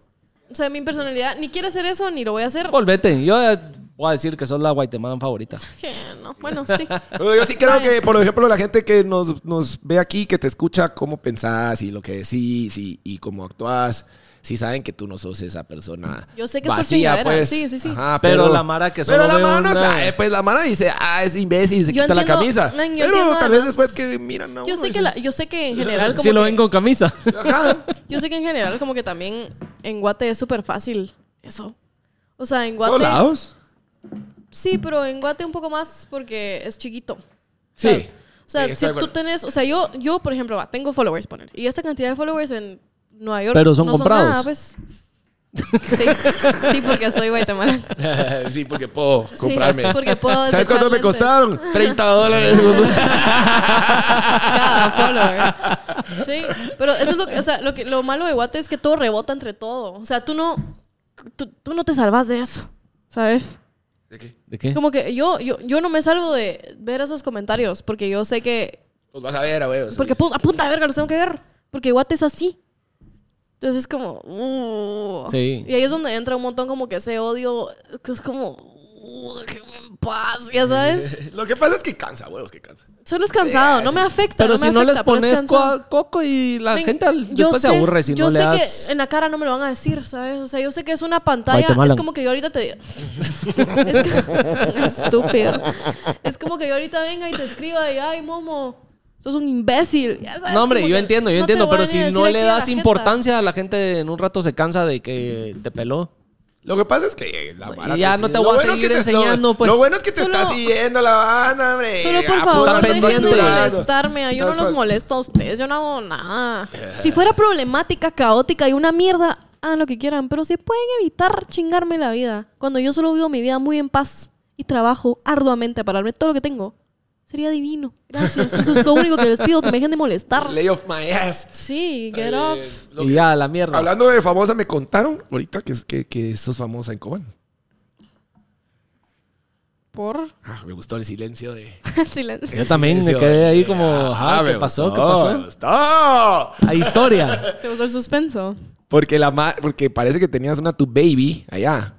O sea, mi personalidad ni quiere ser eso ni lo voy a hacer.
Volvete. Yo eh, voy a decir que sos la guatemalan favorita.
Que no. Bueno, sí.
Bueno, yo sí creo
Vaya.
que, por ejemplo, la gente que nos, nos ve aquí, que te escucha cómo pensás y lo que decís y, y cómo actuás, sí saben que tú no sos esa persona.
Yo sé que es por
vacía,
chingadera, sí, sí, sí.
pues. Ajá,
Pero la mara que solo
Pero la
ve
mara no
una-
sabe, pues la mara dice, ah, es imbécil, se
Yo
quita la
entiendo,
camisa.
man, yo
pero
entiendo,
tal vez
además.
después que miran a
Yo
uno
sé
y
que la- yo sé que en general como
Si lo
que-
ven con camisa.
Ajá.
Yo sé que en general como que también en Guate es súper fácil eso. O sea, en Guate
¿Todos lados?
Sí, pero en Guate un poco más porque es chiquito.
Sí.
¿sabes? O sea,
Sí, estoy
si
de
tú
acuerdo.
tenés, o sea, yo, yo por ejemplo, va, tengo followers, poner. Y esta cantidad de followers en Nueva York.
Pero son
no
comprados.
Son nada, pues. Sí, sí, porque soy guatemalana.
sí, porque puedo
Sí,
comprarme.
porque puedo
¿Sabes
desechar
cuánto me
lentes.
costaron? 30 dólares.
Cada follower. Sí, pero eso es lo que, o sea, lo, que, lo malo de Guate es que todo rebota entre todo. O sea, tú no, tú, tú no te salvas de eso, ¿sabes?
¿De qué?
¿De qué?
Como que yo, yo, yo no me salvo de ver esos comentarios porque yo sé que
Los vas a ver, a huevos.
Porque pu- a punta de verga los tengo que ver. Porque Guate es así. Entonces es como. uh.
Sí.
Y ahí es donde entra un montón como que ese odio. Que es como. uh, déjenme en paz. Ya sabes.
Lo que pasa es que cansa, huevos, que cansa.
Solo es cansado. No me afecta.
Pero
me
si no les
afecta, pero es
pones
cansado.
co- coco y la
Ven,
gente al-
yo
después se
sé-
aburre si
yo
no le
sé
das...
que en la cara no me lo van a decir, ¿sabes? O sea, yo sé que es una pantalla.
Guatemala.
Es como que yo ahorita te diga. es que- estúpido. Es como que yo ahorita venga y te escriba y, ay, Momo, sos un imbécil. Ya sabes,
No, hombre,
como
yo
que
entiendo, yo
no te
entiendo,
voy
pero
a
si
ni decir
no le
aquí a la
das
jeta.
importancia, la gente en un rato se cansa de que te peló.
Lo que pasa es que eh, la mara
Ya no
sigue.
te voy a
bueno es
seguir
que te-
enseñando,
lo-
pues.
Lo bueno es que te
Solo-
está siguiendo la banda, hombre.
Solo por
Ah,
favor,
puta,
está
dejen de
pendiente.
molestarme. ah, Yo no
Estás
los
fal-
molesto a ustedes, yo no hago nada. Si fuera problemática, caótica y una mierda, hagan lo que quieran, pero si pueden evitar chingarme la vida, cuando yo solo vivo mi vida muy en paz y trabajo arduamente para darme todo lo que tengo, sería divino. Gracias. Eso es lo único que les pido, que me dejen de molestar.
Lay off my ass. Eh,
Sí, get off.
Lo
y ya, la mierda.
Hablando de famosa, me contaron ahorita que, que, que sos famosa en Cobán.
Por
Ah, me gustó el silencio de.
silencio.
Yo también me
silencio
quedé ahí
de- Ah,
como, ajá, ¿qué
me
pasó? ¿Qué
gustó, Me
pasó?
gustó.
Hay historia.
¿Te gustó el suspenso?
Porque, la ma- porque parece que tenías una tu baby allá.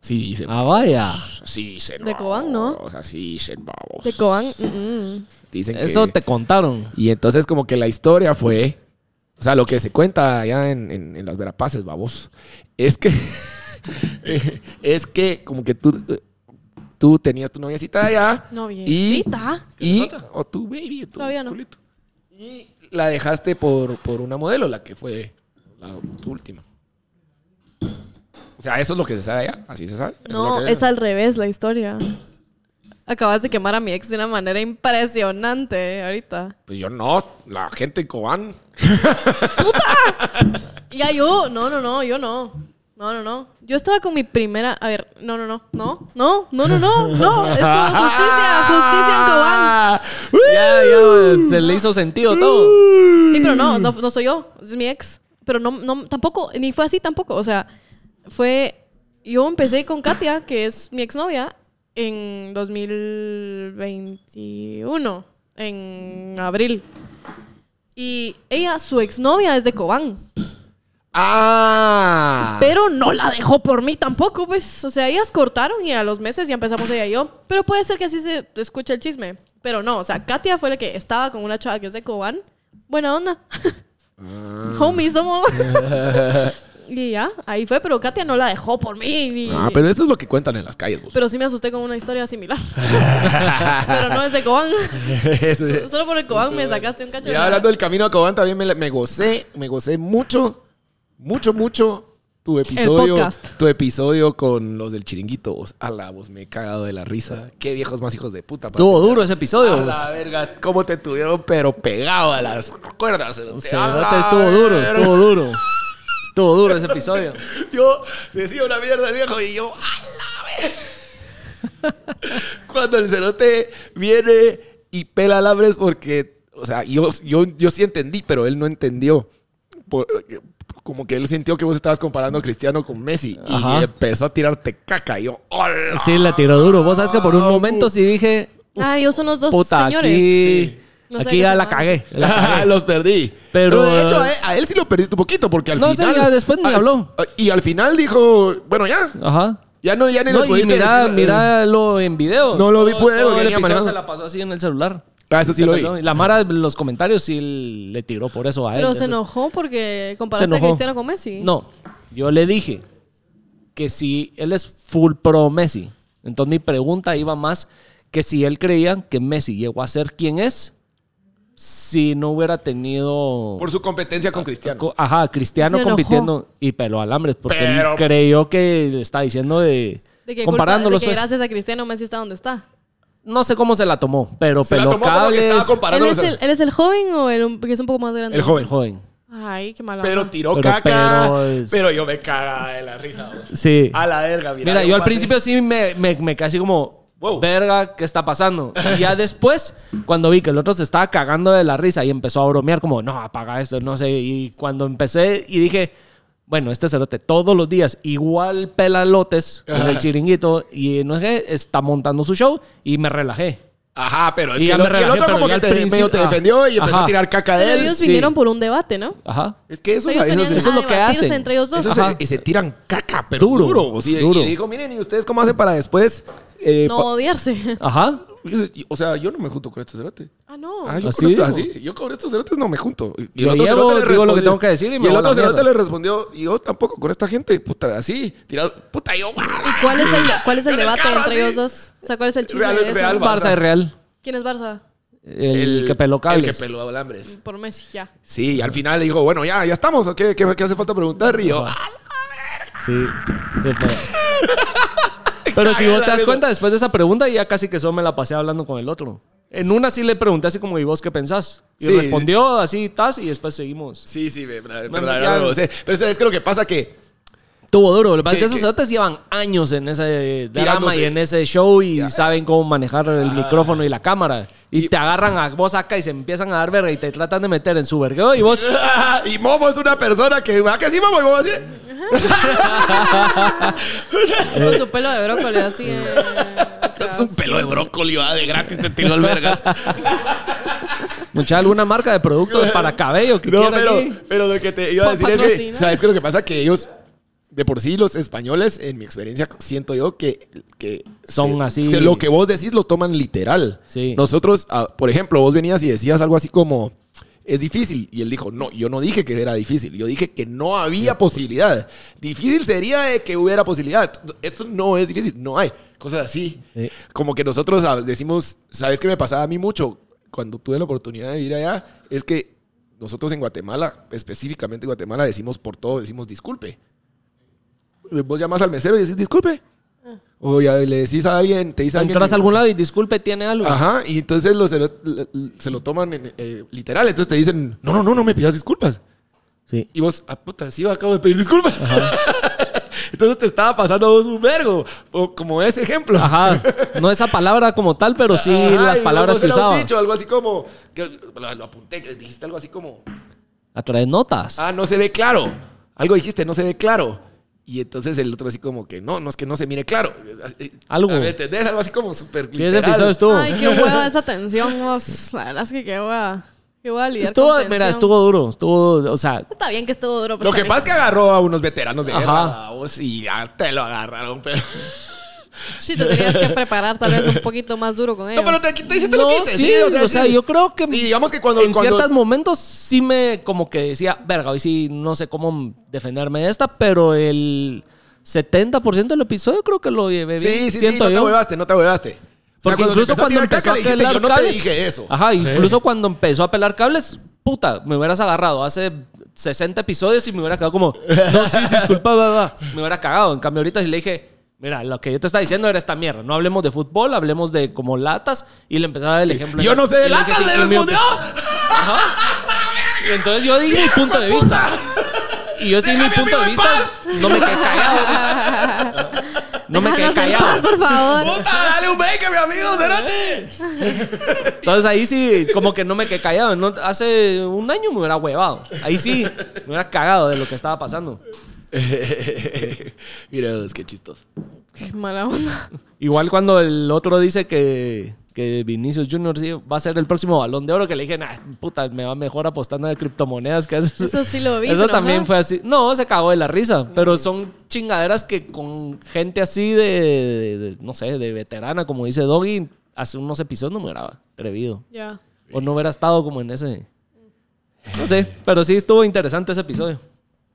Sí, dicen.
Ah, vaya.
Sí, dicen.
De Cobán, ¿no?
O sea, sí, dicen, vamos.
De Coan. mm, mm.
Dicen
Eso
que-
te contaron.
Y entonces como que la historia fue, o sea, lo que se cuenta allá en, en- en las Verapaces, babos, es que, es que como que tú, eh, tú tenías tu noviecita allá.
Noviecita.
Y, y- o tu baby, tu
Todavía no.
culito. Y la dejaste por, por una modelo, la que fue la tu última. O sea, eso es lo que se sabe allá, así se sabe. Eso
No,
lo que-
es al revés la historia. Acabas de quemar a mi ex de una manera impresionante ahorita.
Pues yo no, la gente en Cobán.
Ya yo, no, no, no, yo no. No, no, no. Yo estaba con mi primera. A ver, no, no, no, no, no, no, no, no, no. Esto, justicia, justicia en Cobán.
Ah. Ya, ya, se le hizo sentido todo.
Sí, pero no, no, no soy yo, es mi ex. Pero no, no, tampoco, ni fue así tampoco. O sea, fue. yo empecé con Katia, que es mi exnovia, en 2021, en abril. Y ella, su exnovia es de Cobán,
¡Ah!
pero no la dejó por mí tampoco, pues. O sea, ellas cortaron y a los meses ya empezamos ella y yo. Pero puede ser que así se escuche el chisme. Pero no, o sea, Katia fue la que estaba con una chava que es de Cobán. Buena onda.
Ah.
Homies somos. y ya, ahí fue, pero Katia no la dejó por mí. ni-
Ah, pero eso es lo que cuentan en las calles, vos.
Pero sí me asusté con una historia similar. Pero no es de Cobán.
Eso es-
Solo por el Cobán me sacaste un cacho. de
Ya
nada.
hablando del camino a Cobán, también me, la- me gocé, me gocé mucho, mucho, mucho tu episodio.
podcast.
Tu episodio con los del chiringuito. vos. A la voz me he cagado de la risa. Qué viejos más hijos de puta. papi.
Tuvo duro ese episodio. pues.
A
vos.
la verga, cómo te tuvieron, pero pegado a las cuerdas. Ah,
Cerote, estuvo duro, estuvo duro. Estuvo duro ese episodio.
Yo decía una mierda el viejo y yo, ¡a la ver-". Cuando el cerote viene y pela alambres porque, o sea, yo, yo, yo sí entendí, pero él no entendió. Por- como que él sintió que vos estabas comparando a Cristiano con Messi
Ajá.
y empezó a tirarte caca. Y yo, ¡hola!
Sí, la tiró duro. Vos sabes que por un
Ah,
momento sí dije,
Ah, ellos son los dos
puta,
señores.
aquí,
No sé
aquí
qué
ya
se
la
llamaban.
cagué. La cagué.
Los perdí.
Pero,
de hecho, a
eh,
él, a él sí lo perdiste un poquito porque al
No, sí,
final.
ya después ni
al-
habló.
Y al final dijo, bueno, ya.
Ajá.
Ya no, ya ni
No,
les
y
pudiste
mira,
decir- eh.
míralo en video.
No lo vi,
Todo-
pude,
todo
porque
el
venía
episodio
manejando.
se la pasó así en el celular.
Ah, eso sí lo vi.
Y La Mara, los comentarios sí le tiró por eso a él.
Pero se
Entonces,
enojó porque
se
comparaste a
enojó.
Cristiano con Messi.
No, yo le dije que si él es full pro Messi, entonces mi pregunta iba más que si él creía que Messi llegó a ser quien es si no hubiera tenido...
Por su competencia con Cristiano.
co- Ajá, Cristiano
Se enojó.
compitiendo y pelo alambres, porque él
Pero-
creyó que le está diciendo de...
De que, culpa, de
comparándolos,
que
pues.
gracias a Cristiano Messi está donde está.
No sé cómo se la tomó, pero
Se la
peló
tomó como que estaba
cables.
¿Él
comparándolos
es, el, él es el joven o el un- que es un poco más grande?
El
El
joven.
joven.
Ay, qué mala
Pero
onda.
tiró
Pero-
caca.
pero
Pero,
es-
yo me caga de la risa. vos.
Sí.
A la verga, mira.
Mira, yo al
pasé-
principio sí me, me, me quedé así como,
Wow.
verga, ¿qué está pasando? Y ya después, cuando vi que el otro se estaba cagando de la risa y empezó a bromear, como, no, apaga esto, no sé. Y cuando empecé y dije, bueno, este cerote todos los días, igual pelalotes en el chiringuito y no sé qué, está montando su show y me relajé.
Ajá, pero es
Y
que
ya
el,
me relajé,
el otro
pero
como
ya
que
al
te, medio
principio-
te
ah.
defendió y empezó
Ajá.
a tirar caca de
Pero
él.
ellos
sí.
vinieron por un debate, ¿no?
Ajá.
Es que eso,
Ellos
eso,
venían
eso
a
es lo que
debatirse
hacen.
entre ellos dos.
Eso
Ajá.
se, y se tiran caca, pero
Duro,
duro. o sea,
duro.
Y digo, miren, ¿y ustedes cómo hacen para después? eh,
No
pa-
odiarse.
Ajá.
Yo- o sea, yo no me junto con este cerote.
Ah, no.
Ah, yo
Así
con estos,
dijo.
así. Yo con estos cerotes no me junto. Y este
Yo llego,
cerote le
digo lo que
respondió-
tengo que decir y me
el
voy a
otro
la
cerote
mierda.
le respondió, y yo tampoco con esta gente, puta, así. Tirado, puta, yo.
¿Y cuál es el, cuál es el
En el
debate
carro,
entre
así.
ellos dos? O sea, ¿cuál es el chisme
Real-
de eso?
real,
Barça y Real.
¿Quién es Barça?
El, que peló cables.
El que peló alambres.
Por Messi, ya.
Sí, y al final le dijo, bueno, ya, ya estamos. ¿o ¿Qué, qué, qué hace falta preguntar? Y yo, "Ah,
Sí. Sí, pero- Pero si vos te das cuenta, después de esa pregunta, ya casi que solo me la pasé hablando con el otro. En una sí le pregunté así como, ¿y vos qué pensás? Y
Sí.
respondió así, tas, y después seguimos.
sí, sí, me- verdad,
Bueno,
verdad,
ya.
no lo sé. Pero es que lo que pasa que
Tuvo duro. Lo que pasa es que
¿Qué-
esos
qué?
cerotes llevan años en ese drama
Tirándose. Ah.
y en ese show y saben cómo manejar el micrófono y la cámara. Y, te agarran a vos acá y se empiezan a dar verga y te tratan de meter en su vergueo y vos...
y Momo es una persona que va que sí, Momo, y Momo así.
Con su pelo de brócoli, así. eh, o sea,
Eh. Es un pelo de brócoli, va de gratis, te tiró al vergas.
Mucha alguna marca de productos para cabello que
No,
quiera
pero,
aquí.
pero lo que te iba a
Pa-
decir es que,
patrocina.
¿sabes qué? Lo que pasa que ellos, de por sí, los españoles, en mi experiencia, siento yo que. que
Son así.
que lo que vos decís lo toman literal.
Sí.
Nosotros, ah, por ejemplo, vos venías y decías algo así como. Es difícil. Y él dijo, no, yo no dije que era difícil. Yo dije que no había posibilidad. Difícil sería de que hubiera posibilidad. Esto no es difícil, no hay. Cosas así.
Sí.
Como que nosotros ah, decimos, ¿sabes qué me pasaba a mí mucho? Cuando tuve la oportunidad de ir allá, es que nosotros en Guatemala, específicamente en Guatemala, decimos por todo, decimos disculpe. Vos llamas al mesero y decís disculpe. O ya le decís a alguien, te dice
Entras a
alguien.
algún lado y disculpe, tiene algo.
Ajá, y entonces lo, se, lo, se lo toman en, eh, literal. Entonces te dicen, no, no, no, no me pidas disculpas.
Sí.
Y vos, ah, puta, sí, acabo de pedir disculpas. entonces te estaba pasando a vos un vergo, o como ese ejemplo.
Ajá. No esa palabra como tal, pero sí
Ajá,
las
y
palabras
vos
que
eras un
usaba.
dicho, algo así como, que lo, lo apunté, que dijiste algo así como,
A través de notas.
ah, no se ve claro. Algo dijiste, no se ve claro. Y entonces el otro así como que, no, no es que no se mire claro.
Algo.
¿Me entendés? Algo así como súper
Sí, ese episodio estuvo.
Ay, qué hueva esa tensión, vos. La verdad es que qué hueva. Qué hueva lidiar
estuvo,
con
mira,
tensión.
estuvo duro. Estuvo, o sea,
Está bien que estuvo duro. pues, pero
Lo que
está
pasa es que agarró a unos veteranos de
Pues Ajá.
guerra vamos, y ya te lo agarraron, pero...
bien. Sí, te tenías que preparar tal vez un poquito más duro con ellos.
No, pero te, te hiciste
pues, No,
los quites.
sí, o sea,
sí.
yo creo que.
Y digamos que cuando-
En
cuando-
ciertos momentos sí me. Como que decía, verga, hoy sí no sé cómo defenderme de esta, pero el 70% del episodio creo que lo llevé bien.
Sí, sí, sí,
siento
no te
yo.
huevaste, no te huevaste.
Porque incluso cuando empezó a
dijiste,
pelar
yo no te
cables.
dije eso.
Ajá, incluso cuando empezó a pelar cables, puta, me hubieras agarrado hace 60 episodios y me hubiera quedado como, no, sí, disculpa, va, va. Me hubiera cagado. En cambio, ahorita sí le dije, mira, lo que yo te estaba diciendo era esta mierda. No hablemos de fútbol, hablemos de como latas. Y le empezaba a dar el ejemplo.
Yo no sé de
Y le dije,
latas,
sí,
le "Ah".
y me-
respondió.
Y entonces yo di mi punto de vista. Y yo sí, mi
Déjame a mi
punto de
amigo
vista.
en
No me quedé callado. No me quedé
Déjanos en paz,
callado.
Ah, por favor.
Puta, dale un break a mi amigo, cerate.
Entonces ahí sí, como que no me quedé callado. No, hace un año me hubiera huevado. Ahí sí, me hubiera cagado de lo que estaba pasando.
Mira, es que chistoso.
Qué mala onda.
Igual cuando el otro dice que, que Vinicius Junior sí va a ser el próximo balón de oro, que le dije, nah, puta, me va mejor apostando de criptomonedas que haces".
Eso sí lo vi, se
Eso
enojó.
también fue así. No, se cagó de la risa, pero son chingaderas que con gente así de, de- de- no sé, de veterana, como dice Doggy, hace unos episodios no me hubiera atrevido.
Ya.
O no hubiera estado como en ese. No sé, pero sí estuvo interesante ese episodio.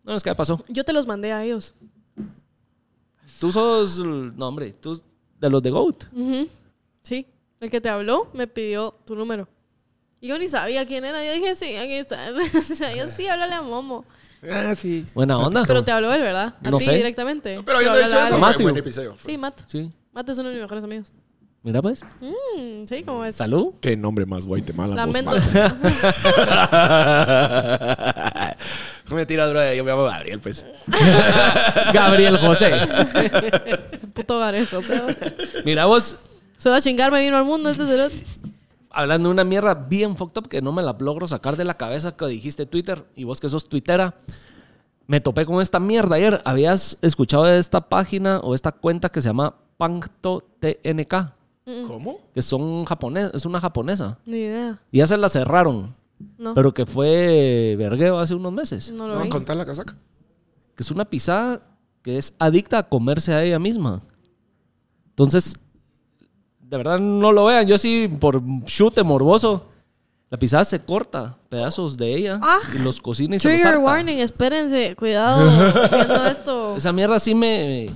No es que pasó.
Yo te los mandé a ellos.
Tú sos. el- No, hombre, tú de los de GOAT.
Ujú. Sí. El que te habló me pidió tu número. Y yo ni sabía quién era. Yo dije, sí, aquí está. O sea, yo sí, háblale a Momo.
Ah, sí.
Buena onda.
Pero te habló él, ¿verdad? A
No
ti
sé.
directamente.
Pero
Sí,
yo no he
háblale
hecho
a
eso.
alguien.
Fue
Matthew.
buen episodio.
Sí, Matt.
Sí.
Matt es uno de mis mejores amigos.
Mira, pues.
Mm, sí, como es.
Salud.
Qué nombre más Guatemala.
Lamento.
No me tiras, brother. Yo me llamo Gabriel, pues.
Gabriel José.
Puto garejo. o sea,
Mira, vos,
Se va a chingar, me vino al mundo este cerote.
hablando de una mierda bien fucked up que no me la logro sacar de la cabeza que dijiste Twitter y vos que sos tuitera. Me topé con esta mierda ayer. ¿Habías escuchado de esta página o esta cuenta que se llama Pancto TNK?
Mm.
¿Cómo?
Que son japonés, es una japonesa.
Ni idea.
Y ya se la cerraron.
No,
Pero que fue vergueo hace unos meses.
no lo
No,
vi.
contar la casaca.
Que es una pisada que es adicta a comerse a ella misma. Entonces, de verdad no lo vean. Yo sí, por chute morboso, la pisada se corta pedazos de ella
Ah.
y los cocina y se los
Trigger
harta.
warning, espérense, cuidado. viendo esto.
Esa mierda sí me,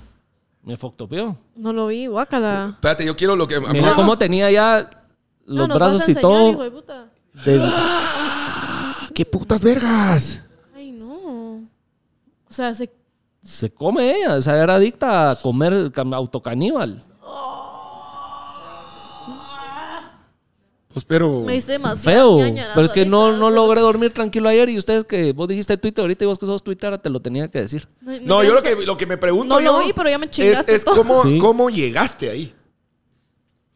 me foctopeó.
No lo vi, guácala.
Espérate, yo quiero lo que.
Me dijo cómo tenía ya los
no, nos
brazos
vas a
y
enseñar, hijo
todo.
de puta.
del-
¡Qué putas vergas!
Ay, no. O sea, se...
se come ella. O sea, era adicta a comer cam- autocaníbal.
Pues pero.
me hice demasiado.
Feo.
ñañaras
Pero es que no,
ahorita,
no
se-
logré dormir tranquilo ayer y ustedes que vos dijiste Twitter ahorita y vos que sos Twitter te lo tenía que decir.
No, yo lo
sé.
que, lo que me pregunto.
No lo
yo
vi, pero ya me
Es,
chingaste
es
todo.
cómo,
Sí.
cómo llegaste ahí.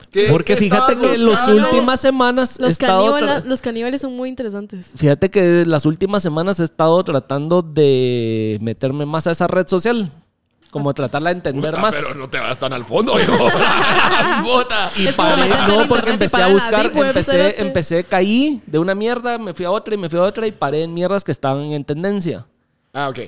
¿Qué-
Porque
qué
fíjate
estabas
que en las
buscando?
últimas semanas he
Los,
estado
caníbala-
tra-
los caníbales son muy interesantes.
Fíjate que las últimas semanas he estado tratando de meterme más a esa red social.
Ah.
Como tratarla de entender
Puta,
más.
Pero no te vas tan al fondo, hijo. Puta.
Y
Es como
paré.
meterte al
No, porque
internet y
empecé
parar
a
en la
buscar,
deep web,
empecé,
espérate.
empecé, caí de una mierda, me fui a otra y me fui a otra y paré en mierdas que estaban en tendencia.
Ah, ok.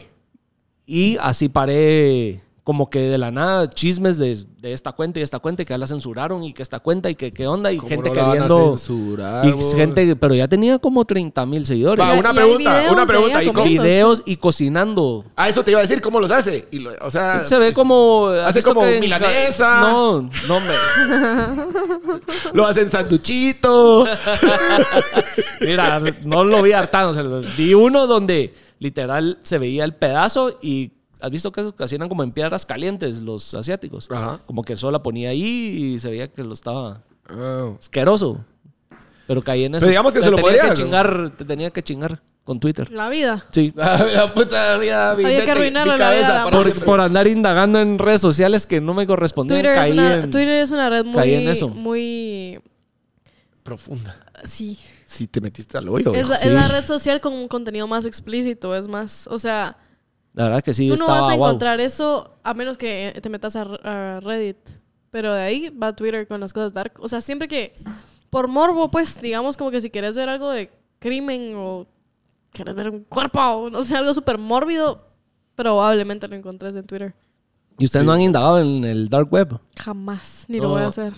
Y así paré como que de la nada chismes de, de esta cuenta y esta cuenta y que ya la censuraron y que esta cuenta y que qué onda y
¿Cómo
gente
no la van a
queriendo...
censurar,
Y
vos?
gente, pero ya tenía como 30 mil seguidores.
Va,
Ya- ya
una
hay
pregunta,
videos
una
de
pregunta.
ella
¿Y
comiendo.
cómo?
Videos y cocinando.
Ah, eso te iba a decir, ¿cómo los hace? Y lo- o sea,
Se ve como... ¿has
Ah, Hace
visto
como
que en-
milanesa.
No, no me...
lo hacen sanduchito.
Mira, no lo vi hartando. vi uno donde literal se veía el pedazo y has visto que esos que hacían como en piedras calientes los asiáticos.
Ajá.
Como que solo la ponía ahí y se veía que lo estaba
Oh.
asqueroso. Pero caí en eso.
Pero digamos que
Te
se lo
tenía
podría,
que
¿no?
chingar, Te tenía que chingar con Twitter.
La vida.
Sí.
Ah, la puta vida, mi
Había que
mente,
arruinarle
mi
la vida
cabeza
a la
para
Por-
Por,
siempre.
por andar indagando en redes sociales que no me correspondían.
Twitter es,
caí
una,
en-
Twitter es una red
caí en
muy...
eso.
Muy...
Profunda.
Sí.
Si te metiste al hoyo.
Es la,
hijo.
es la red social con un contenido más explícito, es más, o sea,
La verdad que sí
Tú no
estaba
vas a
wow.
encontrar eso a menos que te metas a, a Reddit. Pero de ahí va Twitter con las cosas dark. O sea, siempre que. Por morbo, pues, digamos como que si quieres ver algo de crimen o quieres ver un cuerpo o no sé, algo súper mórbido, probablemente lo encontres en Twitter.
¿Y ustedes no han indagado en el dark web?
Jamás, ni
No.
lo voy a hacer.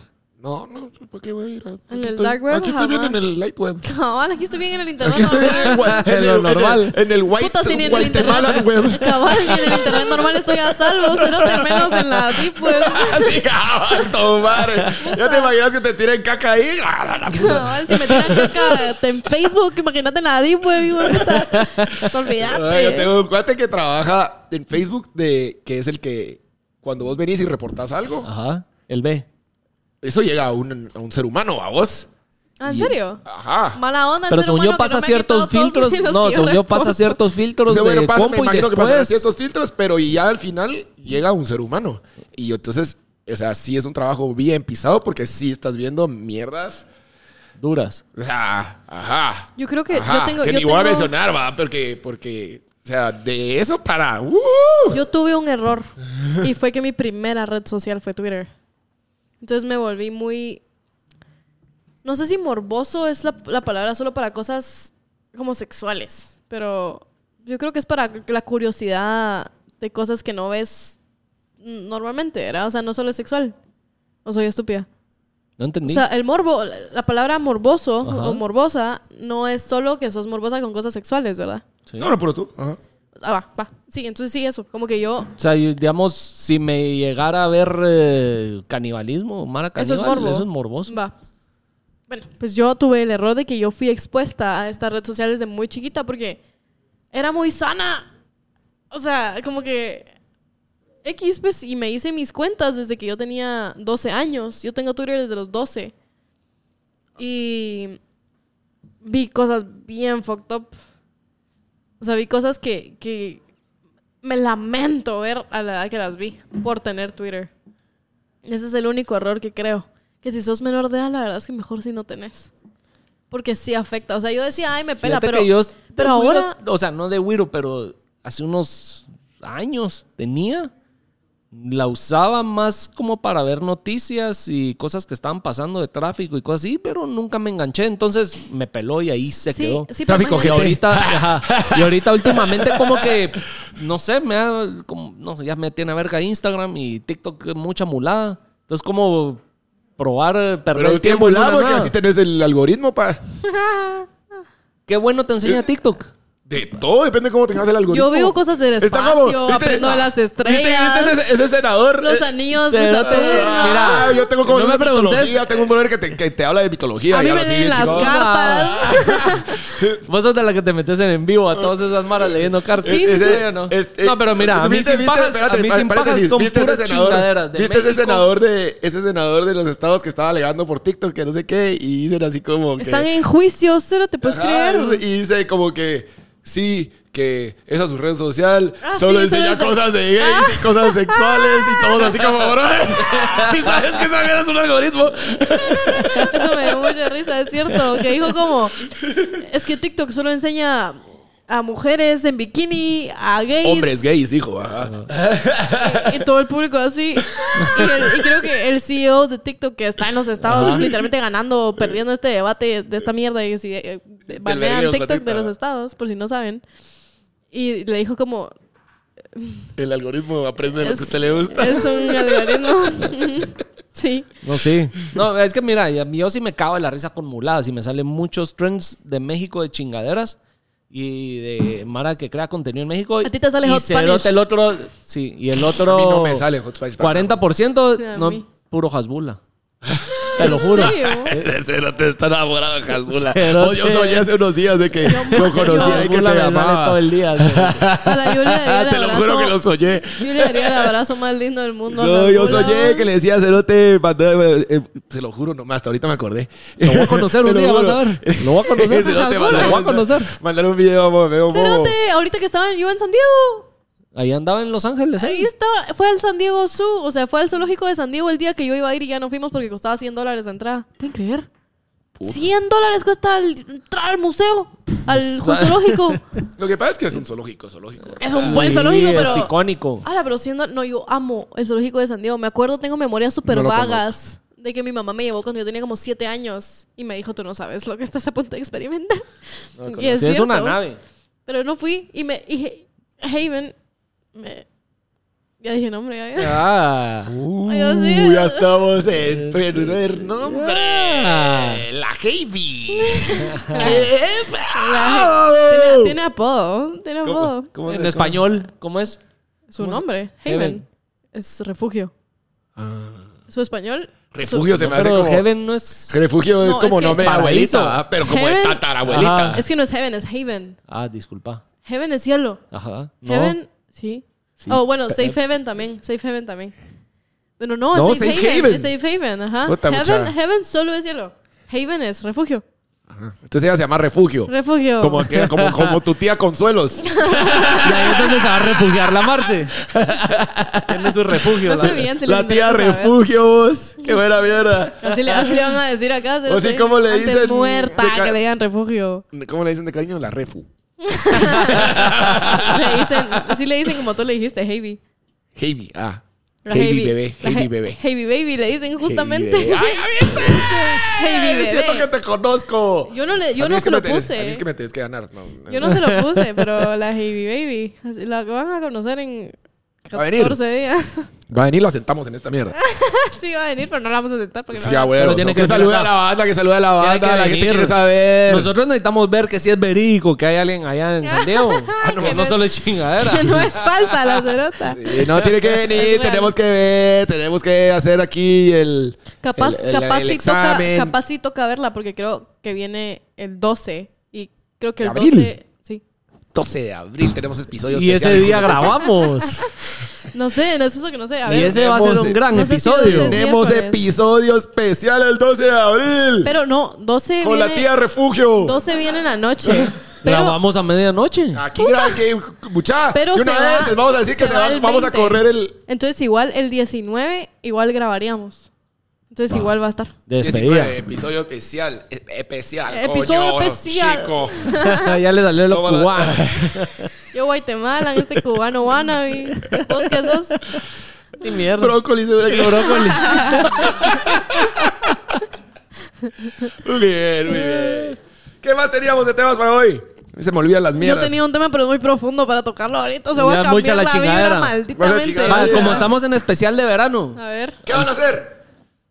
No, no, ¿para qué voy a ir? a- Aquí
el
estoy-
dark web
Aquí estoy bien en
jamás.
el light web.
Cabal, aquí estoy bien en el internet.
Aquí estoy
normal.
en el gua- en el- en el-
En lo normal.
En el white,
Puta, si ni en el
Guatemalan
internet.
web.
Cabal, ni en el internet normal estoy a salvo, cero menos en la deep web.
Así cabrón, tomar. Ya te imaginas que te tiren caca ahí. Ah, la- la puta.
Cabal, si me tiran caca en Facebook, imagínate pues, en la deep web, hijo de puta. Te
Ay, Yo
olvidaste.
tengo un cuate que trabaja en Facebook de que es el que cuando vos venís y reportás algo,
Ajá. El B.
eso llega a un, a un ser humano, a vos.
Ah, ¿En serio?
Ajá.
Mala onda. el
Pero
ser
según yo
humano que
pasa
no me ha
ciertos
quitado todos los
filtros.
videos
No,
que yo
según yo
recuerdo.
pasa ciertos filtros
Entonces,
de
bueno, pasa, me
compu y
imagino que pasarán
después.
ciertos filtros, pero ya al final llega un ser humano. Y yo, entonces, o sea, sí es un trabajo bien pisado porque sí estás viendo mierdas.
Duras.
O sea, ajá.
Yo creo que
Ajá,
yo tengo.
que
yo
ni voy a
tengo-
mencionar, va, porque, porque, o sea, de eso para. ¡uh!
Yo tuve un error y fue que mi primera red social fue Twitter. Entonces me volví muy... No sé si morboso es la, la palabra solo para cosas como sexuales, pero yo creo que es para la curiosidad de cosas que no ves normalmente, ¿verdad? O sea, no solo es sexual. O soy estúpida.
No
O
entendí.
sea, el morbo, la la palabra morboso
Ajá.
o morbosa no es solo que sos morbosa con cosas sexuales, ¿verdad?
Sí.
No, no, pero tú. Ajá.
Ah, va, va. Sí, entonces sí, eso. Como que yo
O sea, yo, digamos, si me llegara a ver eh, canibalismo, Mara
Eso es
caníbal,
morbo.
Eso es morboso.
Va. Bueno, pues yo tuve el error de que yo fui expuesta a estas redes sociales desde muy chiquita porque era muy sana. O sea, como que X, pues, y me hice mis cuentas desde que yo tenía 12 años. Yo tengo Twitter desde los 12. Y vi cosas bien fucked up. O sea, vi cosas que, que me lamento ver a la edad que las vi por tener Twitter. Ese es el único error que creo. Que si sos menor de edad, la verdad es que mejor si no tenés. Porque sí afecta. O sea, yo decía, ay, me pela,
Fíjate
pero,
que yo de
pero
güiro-
ahora...
o sea, no de Wiro, pero hace unos años tenía. La usaba más como para ver noticias y cosas que estaban pasando de tráfico y cosas así, pero nunca me enganché. Entonces me peló y ahí se
sí,
quedó.
sí, pero
Tráfico
Y
imagínate-
ahorita, ajá, y ahorita últimamente como que, no sé, me ha- como, no sé, ya me tiene verga Instagram y TikTok mucha mulada. Entonces como probar, eh, perder
Pero
el
el tiempo
tiempo en
lado,
una
porque
nada.
así tenés el algoritmo para.
Qué bueno te enseña TikTok.
De todo, depende de cómo tengas el algoritmo.
Yo veo cosas del
Está
espacio,
¿viste?
aprendo de las estrellas.
¿Viste? ¿Viste ese, ese senador.
Los
Eh,
anillos de
Cerote,
Saturno.
mira,
Ah, yo tengo como
no
una
me preguntes.
mitología, tengo un brother que te, que te habla de mitología.
A
y
mí
habla
me
así
leen
bien
las
chingón. Ah,
ca-
cartas.
Vos sos de la que te metes en en vivo a todas esas maras leyendo cartas.
Sí, sí, sí.
¿o no?
Este,
no, pero mira, a mí
¿viste-
sin
viste?
pajas,
Espérate,
a mí sin pajas
paréntesis,
son
¿viste ese
puras
senador?
chingaderas. de
¿Viste ese
México?
senador de ese senador de los estados que estaba alegando por TikTok que no sé qué y dicen así como que
Están en juicio, cero te puedes
Ajá,
creer.
Y dice como que sí, que esa es su red social,
Ah,
solo
sí,
enseña
solo es-
cosas de gays
Ah.
y cosas sexuales y todos así como, bro. si sabes que esa mierda es un algoritmo.
Eso me dio mucha risa, es cierto. Que dijo como, es que TikTok solo enseña a mujeres en bikini, a gays.
Hombres gays, hijo. Ajá.
Y todo el público así. Y, el- y creo que el CEO de TikTok que está en los estados literalmente ganando o perdiendo este debate de esta mierda de que si eh, banean
vergueo,
TikTok de
ratita.
los estados, por si no saben. Y le dijo como,
El algoritmo aprende lo
Es-
que a usted le gusta.
Es un algoritmo. sí.
No, sí. No, es que mira, ya- yo sí me cago en la risa con muladas y me salen muchos trends de México de chingaderas y de Mara que crea contenido en México.
A ti te sale
y
Hot
cerote
Spanish.
el otro, sí, y el otro...
A mí no me sale Hot Spanish para
40%
nada. A mí.
no, puro jasbula. Te lo juro. Eh,
¿En serio?
Ese no te está enamorado, Hasbula.
Cerote.
Oh, yo soy hace unos días de que lo conocía y que te
Hasbula me sale todo
llamaba.
el día. cerote.
A la Julia daría el
Ah, Te lo juro que lo
abrazo.
soñé.
Yo le daría el abrazo más lindo del mundo.
No, yo
Raúl.
soñé que le decía a Cerote, mandame, eh, se lo juro nomás, hasta ahorita me acordé.
Lo voy a conocer un
Te lo
día, vas
juro.
a ver. Lo voy a conocer.
Cerote,
Lo voy
a
mandar-
conocer.
Mandar un video, vamos, veo un poco.
Cerote, ahorita que estaba yo en San Diego.
Ahí andaba en Los Ángeles, ¿eh?
Ahí estaba, fue al San Diego Zoo, o sea, fue al zoológico de San Diego el día que yo iba a ir y ya no fuimos porque costaba 100 dólares la entrada. ¿Pueden creer? 100 dólares cuesta el- entrar al museo. al zoológico.
Lo que pasa es que es un zoológico, zoológico.
Pues, Es un buen zoológico,
Sí,
pero.
Es icónico.
Ala, pero siendo. No, yo amo el zoológico de San Diego. Me acuerdo, tengo memorias súper
No lo
vagas de que mi mamá me llevó cuando yo tenía como siete años y me dijo, tú no sabes lo que estás a punto de experimentar. y es,
Sí, es una
cierto.
nave.
Pero no fui y me. Y He- Haven. Me, ya dije nombre, ya. ya.
Ah.
Ay, Dios mío.
Uy, ya estamos en primer
Ah.
nombre. La Heavy. Ah.
tiene, tiene apodo. Tiene apodo.
en español, ¿cómo es?
Su nombre,
Haven.
Haven. Es refugio.
Ah.
Su español.
Refugio se me hace
Pero
como.
Heaven no es.
Refugio es
No,
como
es que-
nombre de abuelita,
Paraíso.
¿verdad? pero como de
Heaven.
tatarabuelita.
Ajá.
Es que no es Heaven, es Haven.
Ah, disculpa.
Heaven es cielo.
Ajá. No.
Heaven, sí. Oh, bueno, Safe Haven también. Safe Haven también. Pero no,
No,
es Safe,
Safe
Haven.
Haven.
es Safe Haven, ajá.
Puta, mucha.
Heaven, Heaven solo es cielo. Haven es refugio.
Entonces ella se llama Refugio.
Refugio.
Como, aquella- como, como tu tía Consuelos.
Y ahí es donde se va a refugiar la Marce. Tiene su refugio.
No
la-
fue bien, si
La
les
tía
interesa saber.
Refugios. Qué buena mierda.
Así le, así le van a decir acá.
O sí, ¿cómo le
antes
dicen?
muerta,
De ca-
que le digan refugio.
¿Cómo le dicen de cariño? La Refu.
le dicen, así le dicen como tú le dijiste, Heavy.
Heavy. Ah.
La
Heavy bebé.
la
Heavy
he-
bebé.
Heavy baby, le dicen justamente.
Heavy bebé. ¡Ay, ya viste!
Heavy bebé.
Siento que te conozco.
Yo no, le,
A
yo
mí
no
es que
se lo
me tenés- a mí
puse. eh.
es que me tienes que ganar. No,
Yo no se lo puse, pero la Heavy Baby. así- La van a conocer en
Va a venir.
14 días.
Va a venir, lo sentamos en esta mierda.
sí, va a venir, pero no la vamos a sentar porque
Sí,
no.
abuelo.
Pero tiene
que,
que venir
saluda a
acá.
la banda, que saluda a la
Tiene que
banda. Ah, La gente
venir.
quiere saber.
Nosotros necesitamos ver que si es verídico que hay alguien allá en San Diego.
no,
Que
no
no
es-
solo es chingadera.
no es falsa la cerota.
Sí, no, tiene que venir,
Es real.
tenemos que ver, tenemos que hacer aquí el.
Capaz,
el- el-
capaz,
el
sí toca,
examen.
capaz sí toca verla porque creo que viene el 12 y creo que el
¿Abril?
12... Sí.
12 de abril tenemos episodios
Y ese día grabamos.
No sé, no es eso que no sé. A
y
ver,
ese va a ser un
vemos-
gran
no sé si
episodio.
dices-
Tenemos
miércoles.
episodio especial el 12 de abril.
Pero no, 12
con
viene,
la tía Refugio.
12 viene en la noche. Pero,
grabamos a medianoche.
Aquí gran que mucha.
pero
de una
se
vez
va-
les vamos a decir que se
va
van-
el
vamos a
20.
correr el
Entonces igual el 19 igual grabaríamos. Entonces igual va a estar.
Despedida.
19 episodio especial, e- especial.
Episodio
coño,
especial.
chico.
ya le salió lo
Tómala.
cubano.
Yo Guatemala, este cubano wannabe. ¿Vos qué sos?
Ni mierda.
Brócoli se ve que brócoli. muy bien, muy bien. ¿Qué más teníamos de temas para hoy? Se me olvidan las
Yo
mierdas.
tenía un tema pero muy profundo para tocarlo ahorita. O sea,
Ya
voy a cambiar
mucha la
la,
chingadera.
vibra malditamente.
Vas a
Va,
chingar.
como estamos en especial de verano,
A ver.
¿Qué van a hacer?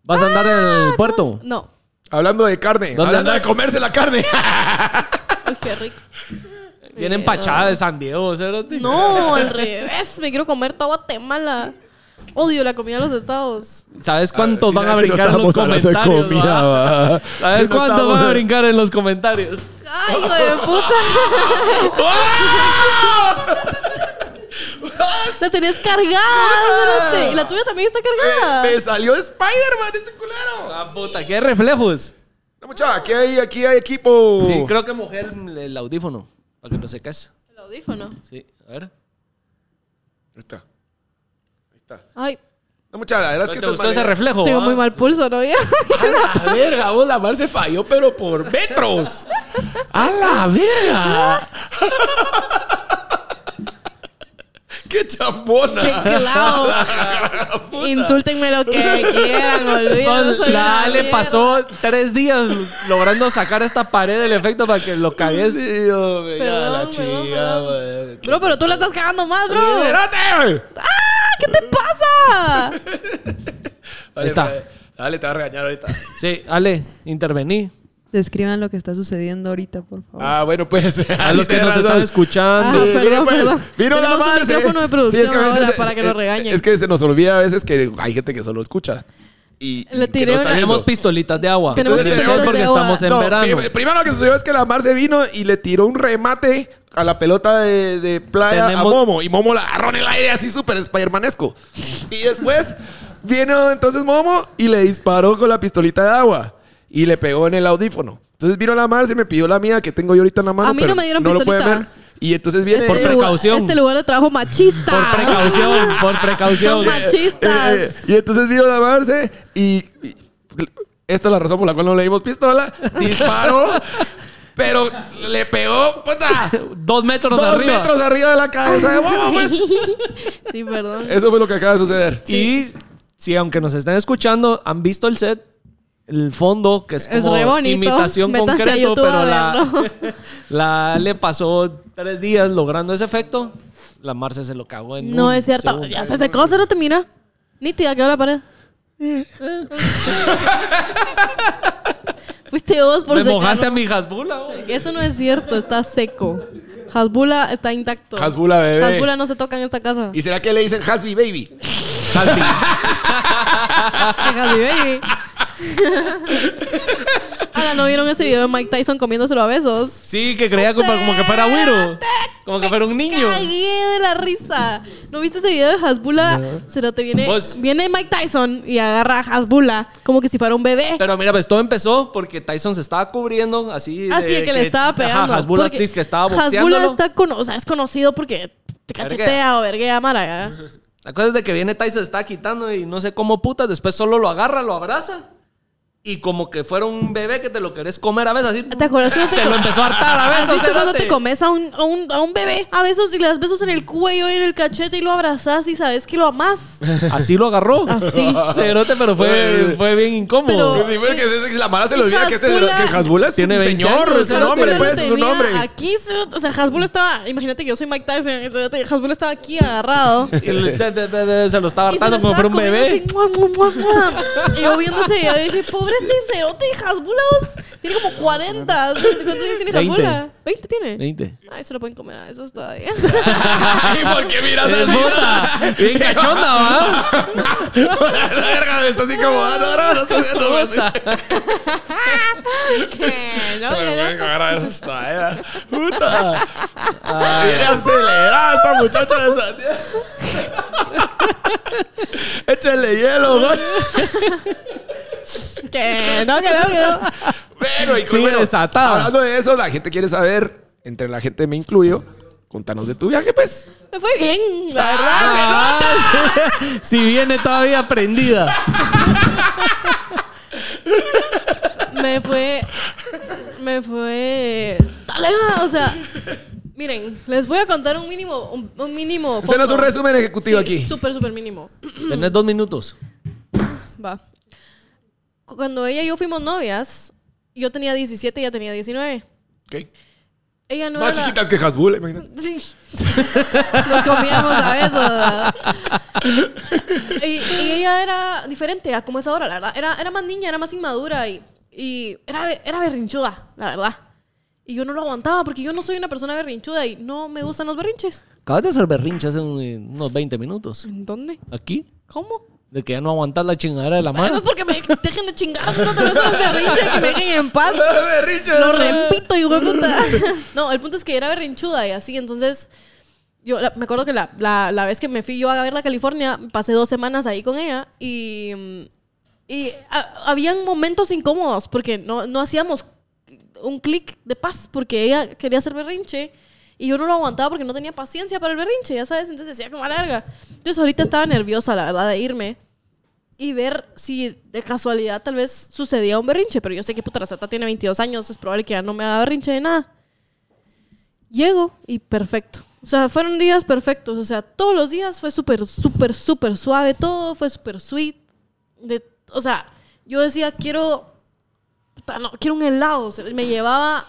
vas a andar en el puerto.
No.
Hablando de carne.
¿Dónde
Hablando
andas?
de comerse la carne. ¡Ah!
Uy, qué rico.
Viene empachada de San Diego, cerote.
Eh, No, al revés. Me quiero comer toda Guatemala. Odio la comida de los estados.
¿Sabes cuántos
Sí,
van a
sabes que no
brincar en los
estamos hablando de
comentarios?
comida,
va?
va.
¿Sabes
Sí, no
cuántos
estamos-
van a brincar en los comentarios?
¡Ay, hijo de puta! ¡La tenías cargada! espérate. Y la tuya también está cargada.
Me salió Spider-Man este culero.
Ah, puta, qué reflejos.
No, muchacha, aquí hay, aquí hay equipo.
Sí, creo que mojé el, el audífono para que no se case.
El audífono.
Sí, a ver.
Ahí está. Ahí está.
Ay,
No, muchacha, la verdad es
¿No
que
¿Te
estas
gustó ese
maneras-
reflejo?
tengo
va?
muy mal pulso, ¿no? Ya.
A la verga, vos la Mar se falló, pero por metros. A la verga. Qué chambona.
Claro. Insúltenme lo que quieran,
No,
olvídenlo. soy una
la Ale
mierda.
pasó tres días logrando sacar esta pared del efecto para que lo cagues.
Sí, hombre, ya
Perdón,
la
perdón,
chica.
perdón.
madre.
Bro, pero tú la estás cagando más, bro.
¡Espérate!
¿Qué te pasa?
Dale,
está.
dale, Dale, te va a regañar ahorita.
Sí, Ale, intervení.
Describan lo que está sucediendo ahorita, por favor.
Ah, bueno, pues.
A los que
tiene
nos
razón.
están escuchando.
Ah,
Sí,
perdón,
mira, pues,
perdón.
Vino la
Tenemos un
Marce.
micrófono de producción
a veces
ahora
es-
para que
es-
nos regañen.
Es que se nos olvida a veces que hay gente que solo escucha. Y
Le
y
tiré
que no está
una-
Tenemos
viendo.
pistolitas de agua.
Tenemos
Entonces,
pistolitas
porque
de agua.
estamos en
No,
verano.
prim- primero lo que sucedió es que la Mar se vino y le tiró un remate a la pelota de, de playa
Tenemos-
a Momo. Y Momo la agarró en el aire así súper spidermanesco. Y después vino entonces Momo y le disparó con la pistolita de agua. Y le pegó en el audífono. Entonces vino la Mar, se me pidió la mía que tengo yo ahorita en la mano.
A mí no
pero
me dieron
no Lo pueden
pistolita.
ver. Y entonces viene...
Este
Por
lugar-
precaución.
Este lugar de trabajo machista.
Por precaución, por precaución.
Ah. Son machistas.
Eh, eh, y entonces vino la Marce y, y- esta es la razón por la cual no le dimos pistola. Disparó Pero le pegó, puta,
Dos metros
dos
arriba.
metros arriba de la cabeza de Bobo, pues.
Sí, perdón.
Eso fue lo que acaba de suceder.
Y si aunque nos están escuchando, han visto el set, el fondo, que es
Es
como
re bonito.
imitación
Métanse a
concreto,
YouTube
pero
a
la,
verlo.
la le pasó tres días logrando ese efecto. La Marce se lo cagó en
No
un
es cierto.
segundo.
Ya se secó, se no te mira. Nítida, quedó la pared. Fuiste vos por
Me
secarlo.
mojaste a mi jasbula. güey.
Eso no es cierto, está seco. Hasbula está intacto.
Hasbula, bebé.
Hasbula no se toca en esta casa.
¿Y será que le dicen Hasby Baby?
Ay, Hasbi Baby. Ahora, ¿no vieron ese video de Mike Tyson comiéndoselo a besos?
Sí, que creía como, como que fuera güero. Como que fuera un niño.
Cagué de la risa. ¿No viste ese video de Hasbula? Se lo te viene,
Vos-
viene Mike Tyson y agarra a Hasbula como que si fuera un bebé.
Pero mira, pues todo empezó porque Tyson se estaba cubriendo así. de
Así de Ah, que le estaba pegando.
Ajá, Hasbula
porque
dice que estaba
Hasbula
boxeándolo.
está cono- o sea, es conocido porque te cachetea
Verguea.
o verguea a Mara. ¿eh?
La cosa es de que viene Tyson, se está quitando y no sé cómo putas, después solo lo agarra, lo abraza. Y como que fuera un bebé que te lo querés comer a veces, así.
¿Te acuerdas cuando te
Se lo
co-
empezó a hartar a
¿Has
besos.
visto cuando
cerote.
te comes a un, a, un, a un bebé a besos y le das besos en el cuello y en el cachete y lo abrazas y sabes que lo amas?
Así lo agarró.
Así.
Cerote, pero fue, fue bien incómodo.
Ah, Pero-
Ni modo que se- la mara se le olvida que este
Hasbula-
que Hasbula es
Tiene
un
20
señor,
años,
es un
Hasbula
hombre,
lo
pues, es un
tenía
hombre.
Aquí, o sea, Hasbulo estaba, imagínate que yo soy Mike Tyson, entonces Hasbulo estaba aquí agarrado.
Y le- de- de- de- de- se lo estaba
Y se lo
hartando como por un
estaba comiendo así,
bebé.
mua, mua, mua, mua. Y yo viéndose, yo dije, pobre este cerote de Hasbulos. Tiene como 40. ¿Cuántos años tiene
Veinte.
Hasbula? 20 tiene.
20.
Ay, se lo pueden comer a esos todavía.
¿Y por qué miras
Es
así?
bota. Bien cachonda, ¿va?
la verga, está así como, ah, no, no, no, estoy viendo, así.
Que no, que
Pero me voy a
no.
cagar a esa estadera. Puta.
Ah.
Viene acelerada esta muchacha de Santiago. Échale hielo, güey.
Que no, que no, que no.
Bueno, y
Sigue
bueno,
desatada.
Hablando de eso, la gente quiere saber, entre la gente me incluyo, contanos de tu viaje, pues.
Me fue bien, la verdad.
Ah. Si viene todavía prendida.
me fue. Me fue. Dale, ah, o sea. Miren, les voy a contar un mínimo. Un, un mínimo.
Ese no es un
fondo.
resumen ejecutivo
Sí,
aquí.
Súper, súper mínimo.
Tenés
Mm.
dos minutos.
Va. Cuando ella y yo fuimos novias, yo tenía 17 y ella tenía 19.
Ok.
Ella no
Más
era.
chiquitas que Hasbula, imagínate.
Sí. Nos comíamos a besos. ¿verdad? Y, y ella era diferente a como es ahora, la verdad. Era, era más niña, era más inmadura y, y era, be- era berrinchuda, la verdad. Y yo no lo aguantaba porque yo no soy una persona berrinchuda y no me gustan los berrinches.
Acabas de hacer berrinche hace un- eh, unos 20 minutos.
¿En dónde?
Aquí.
¿Cómo?
De que ya no aguantas la chingadera de la mano.
Eso es porque me dejen de chingar. No te los berrinches que me dejen en paz. Lo repito, hijo de puta. No, el punto es que era berrinchuda y así, entonces. Yo la- me acuerdo que la, la- la vez que me fui yo a ver la California, pasé dos semanas ahí con ella y. mm, Y ha- habían momentos incómodos porque no, no hacíamos un clic de paz porque ella quería hacer berrinche y yo no lo aguantaba porque no tenía paciencia para el berrinche, ya sabes, entonces decía como larga. Entonces ahorita estaba nerviosa, la verdad, de irme y ver si de casualidad tal vez sucedía un berrinche, pero yo sé que puta la Zeta tiene 22 años, es probable que ya no me haga berrinche de nada. Llego y perfecto. O sea, fueron días perfectos. O sea, todos los días fue súper, súper, súper suave. Todo fue súper sweet. De, o sea, yo decía, quiero... puta, no, quiero un helado. O sea, me llevaba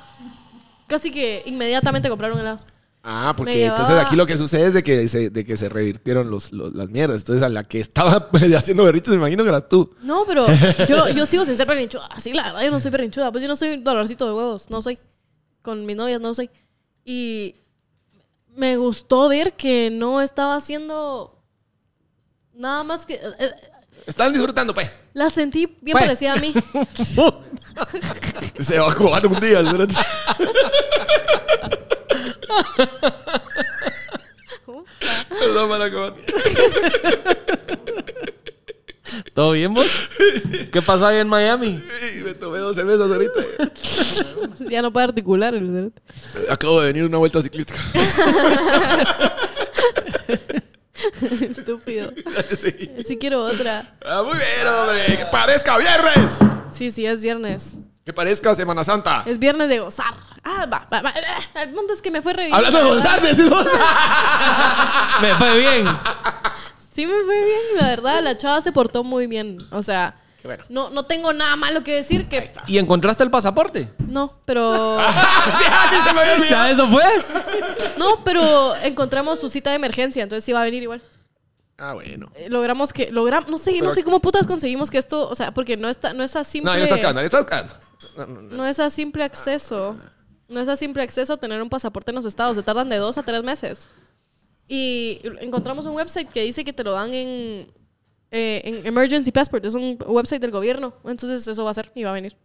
casi que inmediatamente a comprar un helado.
Ah, porque
Me llevaba-
entonces aquí lo que sucede es de que se, de que se revirtieron los, los- las mierdas. Entonces a la que estaba pues, haciendo berritos, me imagino que eras tú.
No, pero yo, yo sigo sin ser perrinchuda. Así, la verdad, yo no soy perrinchuda. Pues yo no soy un dolorcito de huevos. No soy. Con mis novias no soy. Y me gustó ver que no estaba haciendo nada más que... eh, eh,
Están disfrutando, pues.
La sentí bien
Pues.
parecida a mí.
Se va a jugar un día. ¿no? Perdón, Maracón.
¿Todo bien vos? ¿Qué pasó ahí en Miami?
Ey, Me tomé dos cervezas ahorita.
ya no puedo articular. el cerote.
Acabo de venir una vuelta ciclística.
Estúpido.
Sí.
Sí quiero otra.
Ah, muy bien, hombre. Que parezca viernes.
Sí, sí, es viernes.
Que parezca Semana Santa.
Es viernes de gozar. Ah, va, va, va. Ah, El punto es que me fue re bien.
Hablando de González, ¿sí?
Me fue bien.
Sí, me fue bien, la verdad. La chava se portó muy bien. O sea,
Qué bueno.
no, no tengo nada malo que decir que.
¿Y encontraste el pasaporte?
No, pero.
Ah, se me había olvidado.
¿Ya eso fue?
No, pero encontramos su cita de emergencia, entonces sí va a venir igual.
Ah, bueno.
Eh, Logramos que. Logramos, no sé, no
Pero-
sé cómo putas conseguimos que esto. O sea, porque no está, no es a simple.
No, ya estás cagando, ya estás cagando. No, no, no.
No es a simple acceso. No es a simple acceso tener un pasaporte en los estados. Se tardan de dos a tres meses. Y encontramos un website que dice que te lo dan en, eh, en Emergency Passport. Es un website del gobierno. Entonces eso va a ser y va a venir.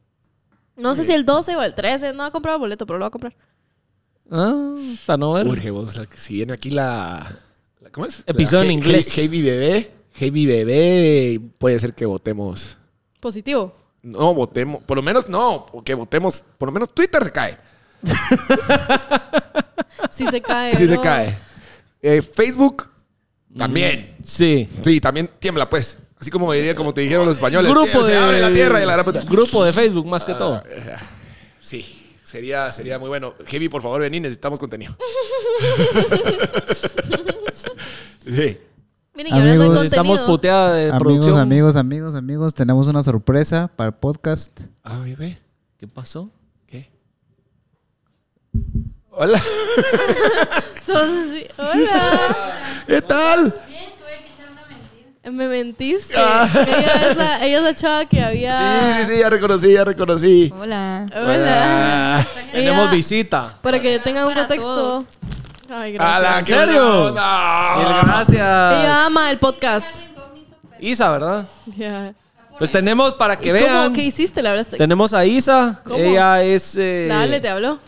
No sé si el 12 o el 13. No ha comprado el boleto, pero lo va a comprar.
Ah, hasta no ver.
Urge vos, la que- si viene aquí la, la- ¿Cómo es? La-
Episodio en
Hey-
inglés.
Hey Baby Bebé. Hey Baby Bebé. Puede ser que votemos.
Positivo.
No, votemos. Por lo menos no. Que votemos. Por lo menos Twitter se cae.
Si se cae.
Sí se
bro.
cae. Eh, Facebook también.
Sí.
Sí, también tiembla, pues. Así como diría, como te dijeron los españoles.
Grupo
se
de,
abre la tierra y la gran puta. Ah,
Grupo de Facebook más que todo.
Sí, sería, sería muy bueno. Heavy, por favor, vení, necesitamos contenido. sí.
Miren, y hablando de
Amigos,
Necesitamos
contenido.
puteada de
Amigos,
producción.
amigos, amigos, amigos, tenemos una sorpresa para el podcast.
Ay, ve.
¿Qué pasó?
¿Qué? Hola.
Entonces, sí. Hola.
¿Qué tal?
Me mentiste. Ella, es la, ella es la chava que había.
Sí, sí, sí, ya reconocí, ya reconocí.
Hola.
Hola. Ella-
Tenemos visita.
Para que tengan un
Para
contexto.
todos.
Ay,
Ala,
gracias.
¿En
qué
serio?
buena onda.
Mil gracias.
Ella ama el podcast.
Isa, ¿verdad?
Ya.
Pues tenemos para que vean.
¿Cómo? ¿Qué hiciste? La verdad,
Tenemos a Isa.
¿Cómo?
Ella es eh,
la Ale te habló.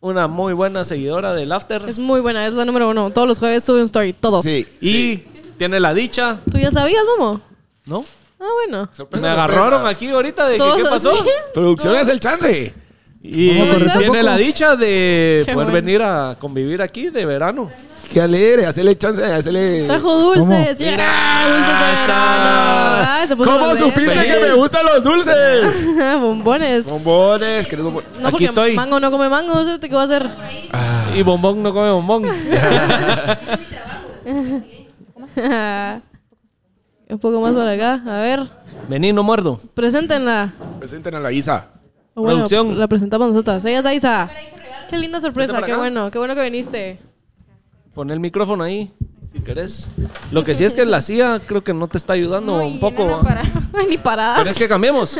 una muy buena seguidora del After.
Es muy buena, es la número uno. Todos los jueves sube un story, todo.
Sí.
y tiene la dicha,
¿Tú ya sabías, Momo?
¿no?
Ah, bueno.
Sorpresa, sorpresa.
Me agarraron aquí ahorita de que,
Todos
qué pasó.
así.
Producción es el chance.
Y
Vamos a correr un
tiene
poco.
la dicha de
Qué
poder
bueno.
venir a convivir aquí de verano.
Qué alegre, hacerle chance, hacerle.
Trajo dulces.
Mira,
Ya, dulces de verano.
Sara.
Ay, se puso
¿Cómo
los
supiste
lentes.
que me gustan los dulces?
Bombones.
Bombones, querido bombón.
No,
Aquí
porque
estoy.
mango no come mango. ¿sí? ¿Qué va a hacer?
Y bombón no come bombón.
un poco más para acá. A ver,
Vení, no muerdo.
preséntenla.
Presenten a la Isa.
O bueno,
Producción.
La presentamos nosotras. Ella es Daisa. Qué linda sorpresa,
para
qué
acá.
bueno, qué bueno que viniste.
Pon el micrófono ahí, si querés. Lo que sí es que la CIA creo que no te está ayudando un poco.
No,
¿va?
para.
Ay, ni parada.
¿Querés que cambiemos?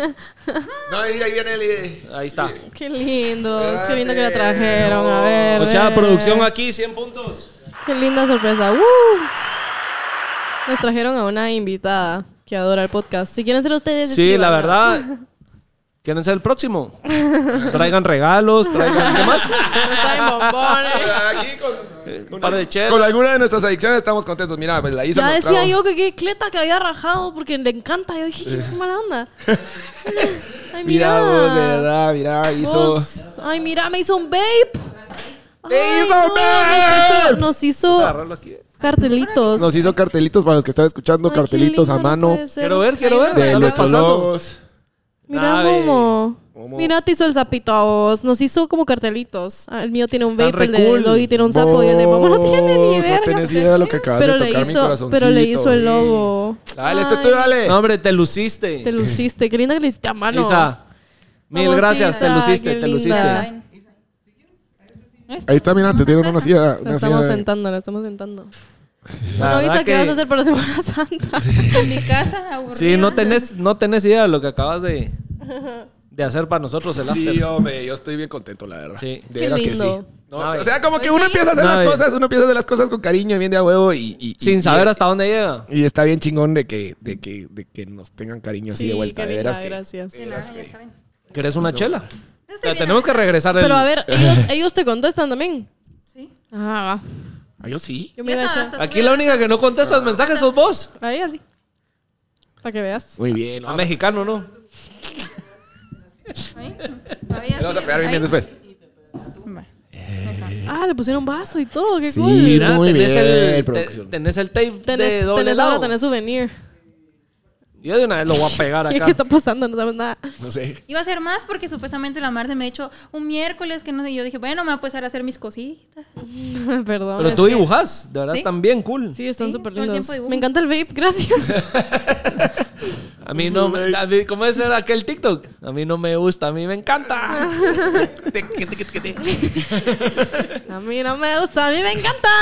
No, ahí, ahí viene el.
Ahí está.
Qué lindos, qué lindo que la trajeron. A ver.
Mucha
eh.
Pues producción aquí, 100 puntos.
Qué linda sorpresa. ¡Uh! Nos trajeron a una invitada que adora el podcast. Si quieren ser ustedes.
Sí, la
escríbanos.
verdad. ¿Quieren ser el próximo? Traigan regalos, traigan. ¿Qué más?
Nos traen bombones.
Aquí con.
Un Eh, par de chelas.
Con alguna de nuestras adicciones estamos contentos. Mira, pues la Isa
Ya
nos
decía
trajo-
yo que qué cleta que había rajado porque le encanta. Yo dije, qué mala onda. Ay,
Mira,
mira.
vos, de verdad, mira, hizo.
Vos- Ay, mira, me hizo un vape.
¡Te
Ay,
hizo
no,
vape!
Nos hizo, nos hizo
Agarrarlo aquí.
cartelitos.
Nos hizo cartelitos para los que están escuchando,
Ay, qué
cartelitos a
lindo, no
mano.
puede ser.
Quiero ver, quiero ver.
De
Dale,
nuestros
pasando.
logos.
Mira,
Nave.
Momo.
Momo.
Mira, te hizo el sapito a vos. Nos hizo como cartelitos. Ah, El mío tiene un
Están
vape, el
re
de
cool.
Doggy tiene un sapo y el de Momo no tiene ni
Vos,
verga.
No tenés idea de lo que acabas
pero
de
le
tocar, mi
hizo,
corazoncito.
pero le hizo el logo.
Dale, esto es
Ay,
tuyo, dale.
No, hombre, te luciste.
Te luciste. Qué linda que le hiciste a mano.
Isa. Mil
Vamos,
gracias, te
Isa,
luciste,
qué
te
linda.
luciste.
Ahí está, mira, te tiene una silla.
La
Una silla
estamos
de-
sentando, la estamos sentando.
La
Bueno, Isa,
verdad
¿qué
que-
vas a hacer para Semana Santa?
En mi casa, aburrida.
Sí, no tenés, no tenés idea de lo que acabas de, de hacer para nosotros el after.
Sí, hombre, yo estoy bien contento, la verdad.
Sí.
De
Qué
veras que
lindo.
sí. No,
Ay.
o sea, como que uno empieza a hacer las
Ay.
cosas, uno empieza a hacer las cosas con cariño y bien de a huevo y... y- y-
Sin
y-
saber hasta dónde llega.
Y está bien chingón de que, de que, de que nos tengan cariño así de vuelta.
qué
de
linda,
veras que-
gracias.
de veras que-
¿Querés una chela?
Yo
O
estoy
sea,
bien
tenemos que
acá.
regresar el...
Pero a ver, ellos, ellos te contestan también.
Sí.
Ah, va.
Ah, yo sí.
yo me iba a
Ajá,
echar.
hasta
Aquí
subí
la
la-
única que no
Ah.
contesta los mensajes sos vos. Ah,
Ahí así. Para que veas.
Muy bien.
A
Vamos a,
mexicano, ¿no?
Ahí, todavía
le vamos a
sí.
pegar bien, bien
Ahí.
después.
Va.
Ah, le pusieron vaso y todo, qué
Sí,
cool.
Mira,
muy
tenés
bien,
el, te-
producción.
tenés el tape
Tenés,
de doble
tenés
lado.
ahora tenés souvenir.
Y Yo de una vez lo voy a pegar
¿Qué,
acá.
qué está pasando? No sabes nada.
No sé.
Iba a hacer más porque supuestamente la Marce me ha hecho un miércoles que no sé. y Yo dije, bueno, me voy a empezar a hacer mis cositas.
Perdón.
Pero
es
tú
que-
dibujas, de verdad
¿Sí?
están bien cool.
Sí, están
Sí,
súper
todo el
lindos.
tiempo dibujo.
Me encanta el vape, gracias.
A mí no me. a mí- ¿Cómo es era aquel TikTok? A mí no me gusta, a mí me encanta.
Ah. A mí no me gusta, a mí me encanta.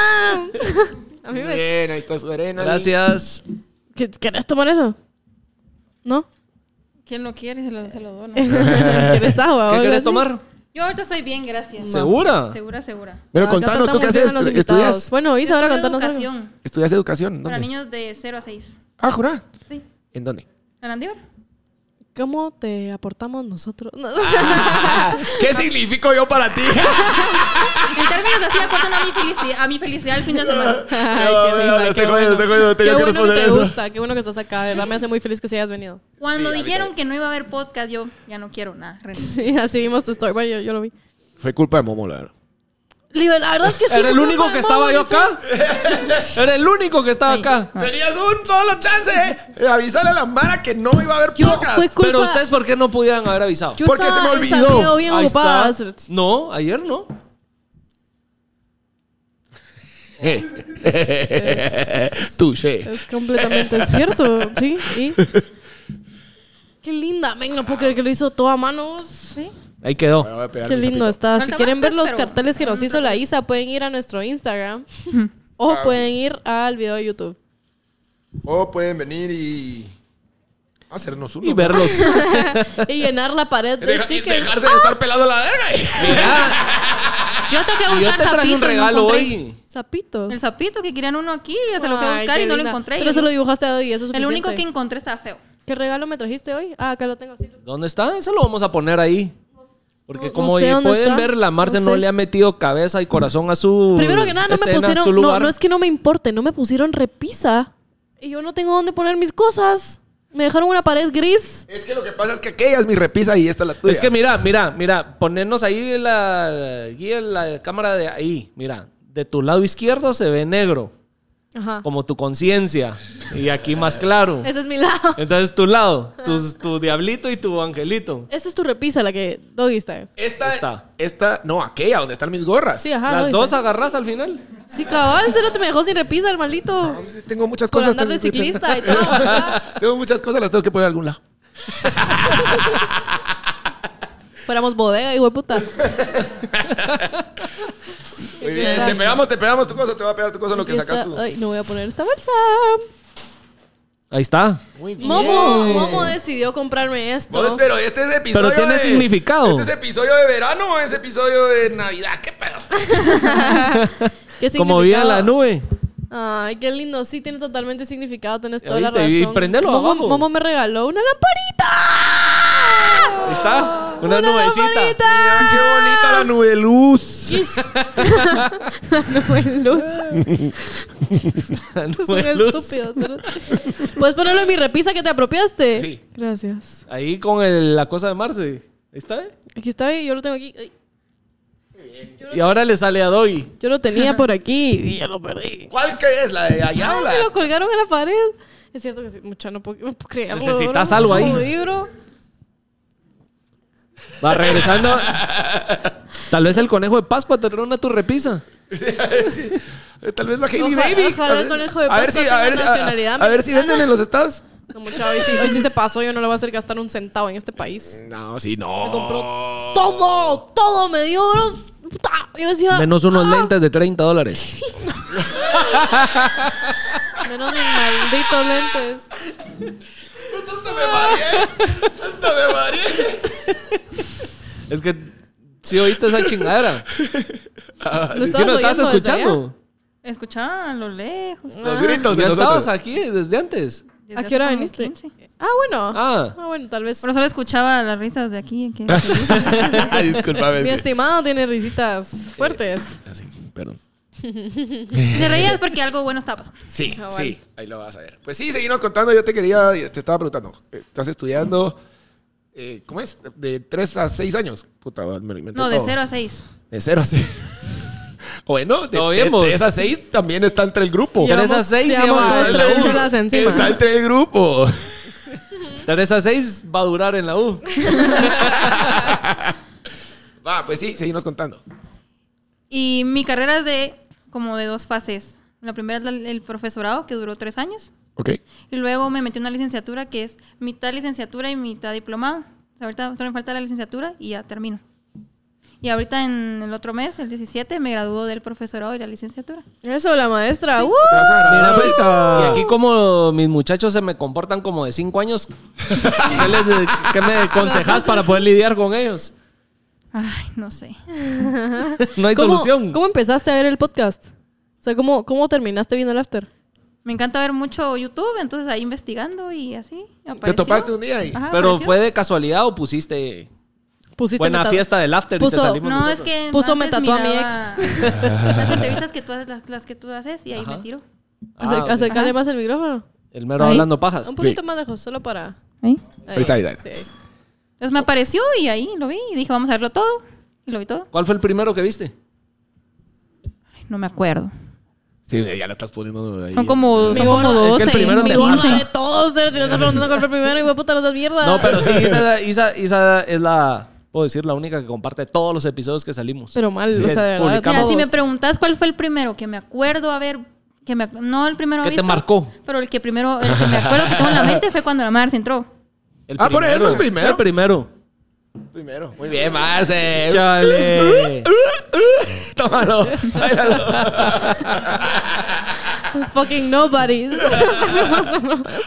A mí me...
Bien, ahí está su arena.
Gracias.
¿Qué- ¿Quieres tomar eso? ¿No?
¿Quién lo quiere? Se lo, se lo dono.
¿Quieres agua? o
¿Qué
algo
quieres
así?
tomar?
Eh. Yo ahorita estoy bien, gracias.
¿Segura?
Segura, segura.
Pero
Ah, Acá
contanos, ¿tú
tratamos
qué
bien a
haces?
los invitados.
¿Estudias?
Bueno, Isa, ahora
Yo estudio
contanos algo.
educación
¿Estudias educación?
para
¿Dónde?
niños de 0 a 6.
Ah, jurá.
Sí.
¿En dónde?
¿En Andívar?
¿Cómo te aportamos nosotros? No.
Ah,
¿Qué significo yo para ti?
En términos de así aportan a mi felicidad, a mi felicidad el fin de semana.
Ay,
No,
qué
no,
linda,
no, estoy
qué
jodido, estoy jodido, tenías
Qué
que
bueno que te
responder eso.
gusta, qué bueno que estás acá, de verdad me hace muy feliz que sí hayas venido.
Cuando
Sí, a mí
dijeron
también.
que no iba a haber podcast, yo ya no quiero nada. renuncio.
Sí, así vimos tu story, bueno, yo, yo lo vi.
Fue culpa de Momo, la verdad.
Liber, La verdad es que sí.
Era el
fue
único
muy
que estaba yo
bonito.
acá. Era el único que estaba acá.
Ah.
¡Tenías un solo chance! eh. Avisale a la Mara que no iba a haber podcast.
Fue culpa.
Pero ustedes, ¿por qué no pudieran haber avisado?
Yo
¿Por qué se
estaba
me
en
olvidó?
Santiago bien
Ahí
ocupada.
está. No, ayer no.
Touché.
Es completamente cierto, sí. ¿Y? Qué linda, venga, no puedo creer que lo hizo todo a manos.
Ahí quedó.
Bueno, voy a pegar
Qué
mi
lindo
zapito.
está. Si
Falta
quieren
más,
ver
pues,
los
pero-
carteles que nos hizo la Isa, pueden ir a nuestro Instagram o
Ah,
pueden ir al video de YouTube.
O Oh, pueden venir y hacernos uno.
Y verlos.
Y llenar la pared de
Deja- y
stickers. Ah.
dejarse de estar pelando la verga.
Mira,
Yo te fui a
yo
buscar
te traje un
zapito y no
regalo
encontré.
hoy.
Zapitos.
El sapito que querían uno aquí, yo te lo fui a
Ay,
buscar
qué
y no lo
linda.
encontré.
Pero
Y
se lo
el-
dibujaste hoy, eso es
el
suficiente.
único que encontré está feo.
¿Qué regalo me trajiste hoy? Ah, acá lo tengo. sí, lo-
¿Dónde está? Eso lo vamos a poner ahí. Porque
No-
como
no sé dónde
pueden
está.
ver, la Marce
No
no,
sé.
le ha metido cabeza y corazón a
Uh,
su
Primero que nada, no me
escena,
pusieron...
su
No,
lugar.
no es que no me importe, no me pusieron repisa. Y yo no tengo dónde poner mis cosas. Me dejaron una pared gris.
Es que lo que pasa es que aquella es mi repisa y esta es la tuya.
Es que mira, mira, mira, ponernos ahí la, aquí en la cámara de ahí, mira, de tu lado izquierdo se ve negro,
Ajá.
como tu conciencia, y aquí más claro.
Ese es mi lado.
Entonces tu lado, tus- tu, diablito y tu angelito.
Esta es tu repisa, la que Doggy está.
Esta,
Está.
esta, no, aquella, donde están mis gorras.
Sí, ajá.
Las
Doggy
dos
Style.
agarras al final.
Sí, cabal, cero te me dejó sin repisa el maldito.
Tengo muchas
ah. Por
cosas.
andar de
tengo-
ciclista y todo. ¿verdad?
Tengo muchas cosas, las tengo que poner a algún lado.
Fuéramos bodega, hijo de puta.
Muy bien. Te pegamos, te pegamos tu cosa, te va a pegar tu cosa en lo que
Aquí
sacas
está-
tú.
Ay, no voy a poner esta bolsa.
Ahí está.
Momo, Momo decidió comprarme esto.
No, pero este es episodio.
Pero tiene
de-
significado.
Este es episodio de verano o es episodio de Navidad. ¿Qué pedo?
¿Qué
Como vive en la
significado?
nube.
Ay, qué lindo. Sí, tiene totalmente significado. Tienes toda la
¿Viste?
razón.
Y prendelo
Momo,
abajo.
Momo me regaló una lamparita.
Ahí está. Una,
¡Una
nubecita.
lamparita!
Mira, Ah, qué bonita la nube de luz.
Fue luz.
La
Es
nube
un
de luz.
estúpido. solo- ¿Puedes ponerlo en mi repisa que te apropiaste?
Sí.
Gracias.
Ahí con el- la cosa de Marce. Ahí está. ¿eh?
Aquí está, y yo lo tengo aquí. Ay,
Y ahora le sale a Doggy.
Yo lo tenía por aquí y ya lo perdí.
¿Cuál que es? ¿La de allá o
Me
la?
lo colgaron en la pared. Es cierto que sí, mucha, no puedo, no puedo creerlo.
Necesitas
bro.
algo ahí.
Jodí, bro.
Va regresando. Tal vez el conejo de Pascua te trae una tu repisa.
Tal vez la Heavy
Ojalá-
Baby.
ojalá el conejo de
A ver
Pascua
si- a ver
tenga
si- a-
nacionalidad
A ver si venden en los estados.
No, mucha, hoy, sí, hoy sí se pasó. Yo no le voy a hacer gastar un centavo en este país.
No, sí, no.
Me compró todo, todo. Me dio bros. Puta. Yo decía,
Menos unos
Ah.
lentes de 30 dólares.
menos mis malditos lentes.
Hasta me mareé. Hasta me mareé.
Es que si oíste esa chingadera.
¿Lo
Ah,
Si no
oyendo
estás
desde allá?
escuchando.
Escuchaba a lo lejos.
Los gritos de
Ya
nosotros.
estabas aquí desde antes.
desde
¿A
hace
qué hora
como
viniste?
15.
Ah, bueno.
Ah.
Ah, bueno, tal vez.
Pero solo escuchaba las risas de aquí. aquí.
Ay, discúlpame.
Mi
es que-
estimado tiene risitas fuertes.
Ah, sí, perdón.
Te reías porque algo bueno estaba pasando.
Sí,
Ah,
sí. Ahí lo vas a ver. Pues sí, seguimos contando. Yo te quería, te estaba preguntando. ¿Estás estudiando? eh, ¿Cómo es? De 3 a 6 años. Puta, me lo inventé
No, de
todo.
0 a 6.
De 0 a 6. Bueno, de,
Todo bien,
de
vos.
3 a 6 también está entre el grupo.
Tres a
Llevamos-
seis,
llevamos
lleva
dos,
la
tres
uno.
chelas encima.
Está entre el grupo.
3 a 6 va a durar en la U.
Va, pues sí, seguimos contando.
Y mi carrera es de como de dos fases. La primera es la- el profesorado, que duró tres años.
Ok.
Y luego me metí en una licenciatura que es mitad licenciatura y mitad diplomado. O sea, ahorita solo me falta la licenciatura y ya termino. Y ahorita en el otro mes, el 17, me graduó del profesorado y la licenciatura.
Eso, la maestra. ¡Uh!
Mira, pues, y aquí como mis muchachos se me comportan como de 5 años, ¿qué, les- qué me aconsejas para poder lidiar con ellos?
Ay, no sé.
No hay
¿Cómo,
solución.
¿Cómo empezaste a ver el podcast? O sea, ¿cómo, cómo terminaste viendo el after?
Me encanta ver mucho YouTube, entonces ahí investigando y así.
Te
apareció.
topaste un día y.
Ajá,
Pero
apareció.
fue de casualidad o pusiste
Pusiste
buena
meta-
fiesta del after y
puso-
te salimos
No,
nosotros?
es que.
Puso me
antes
tatuó a mi
miraba Las entrevistas que tú haces, las, las que tú haces, y ahí
Ajá.
me tiro.
Acer-
Ah, ok.
acercarle más el micrófono.
El mero
Ahí.
hablando pajas.
Un poquito más lejos, solo para.
Ahí.
Ahí está, ahí está.
sí.
Entonces me apareció y ahí lo vi y dije, vamos a verlo todo. Y lo vi todo.
¿Cuál fue el primero que viste?
Ay, no me acuerdo.
Sí, ya la estás poniendo ahí.
Son como,
Mi
son como
gorra- es
12.
que el primero
Mi
te
15.
gorra de todos, eh, te estás preguntando cuál fue el primero y voy a puta las dos mierdas.
No, pero sí, Isa, Isa- Isa es la, puedo decir, la única que comparte todos los episodios que salimos.
Pero mal, o sea, de verdad.
publicamos-
Mira,
todos.
si me preguntas cuál fue el primero que me acuerdo, a ver, que me, ac- no el primero
¿Qué te
visto,
marcó?
Pero el que primero, el que me acuerdo que tengo en la mente fue cuando la Marce entró.
El
Ah, por eso, el primero.
El primero.
Primero. Muy bien, Marce.
Chale.
Tómalo.
Fucking nobody.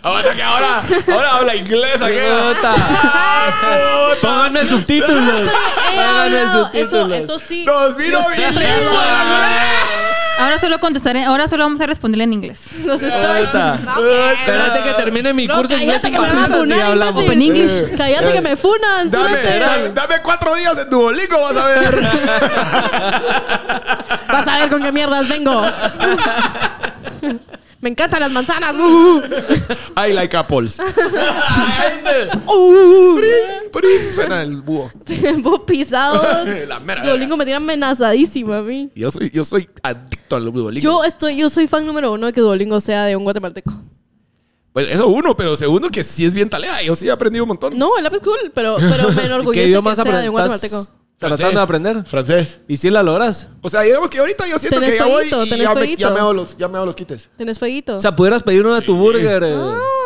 Ahora que ahora, ahora habla inglés ¡Ah, aquí.
Puta. Pónganme subtítulos.
He hablado- eso, eso sí.
Nos vino bien
Ahora solo contestaré, ahora solo vamos a responderle en inglés.
Los estoy.
Puta. Espérate que termine mi
Bro,
curso de inglés
cállate
en
que me van a
Pajas y
funar.
hablamos.
imbécil.
Open English.
Cállate que me funan.
Dame,
súbete.
dame, dame cuatro días en Duolingo, vas a ver.
Vas a ver con qué mierdas vengo. Me encantan las manzanas. Uh,
I like apples.
uh,
Prim, prim, este. Suena el búho.
Vos pisados.
La mera
Duolingo me tiene amenazadísima a mí.
Yo soy, yo soy adicto al Duolingo.
Yo estoy, yo soy fan número uno de que Duolingo sea de un guatemalteco.
Pues eso uno, pero segundo que sí es bien talea. Yo sí he aprendido un montón.
No, el app es cool, pero, pero me
¿Qué
enorgullece que
idiomas
sea de un guatemalteco.
aprendes? Pues, Tratando de aprender.
Francés.
¿Y si la logras?
O sea, digamos que ahorita yo siento
Tenés
que ya voy
fueguito,
y
tenés
ya me,
fueguito.
ya me hago los, ya me hago los quites.
¿Tenés fueguito?
O sea, pudieras pedir una a tu burger. eh.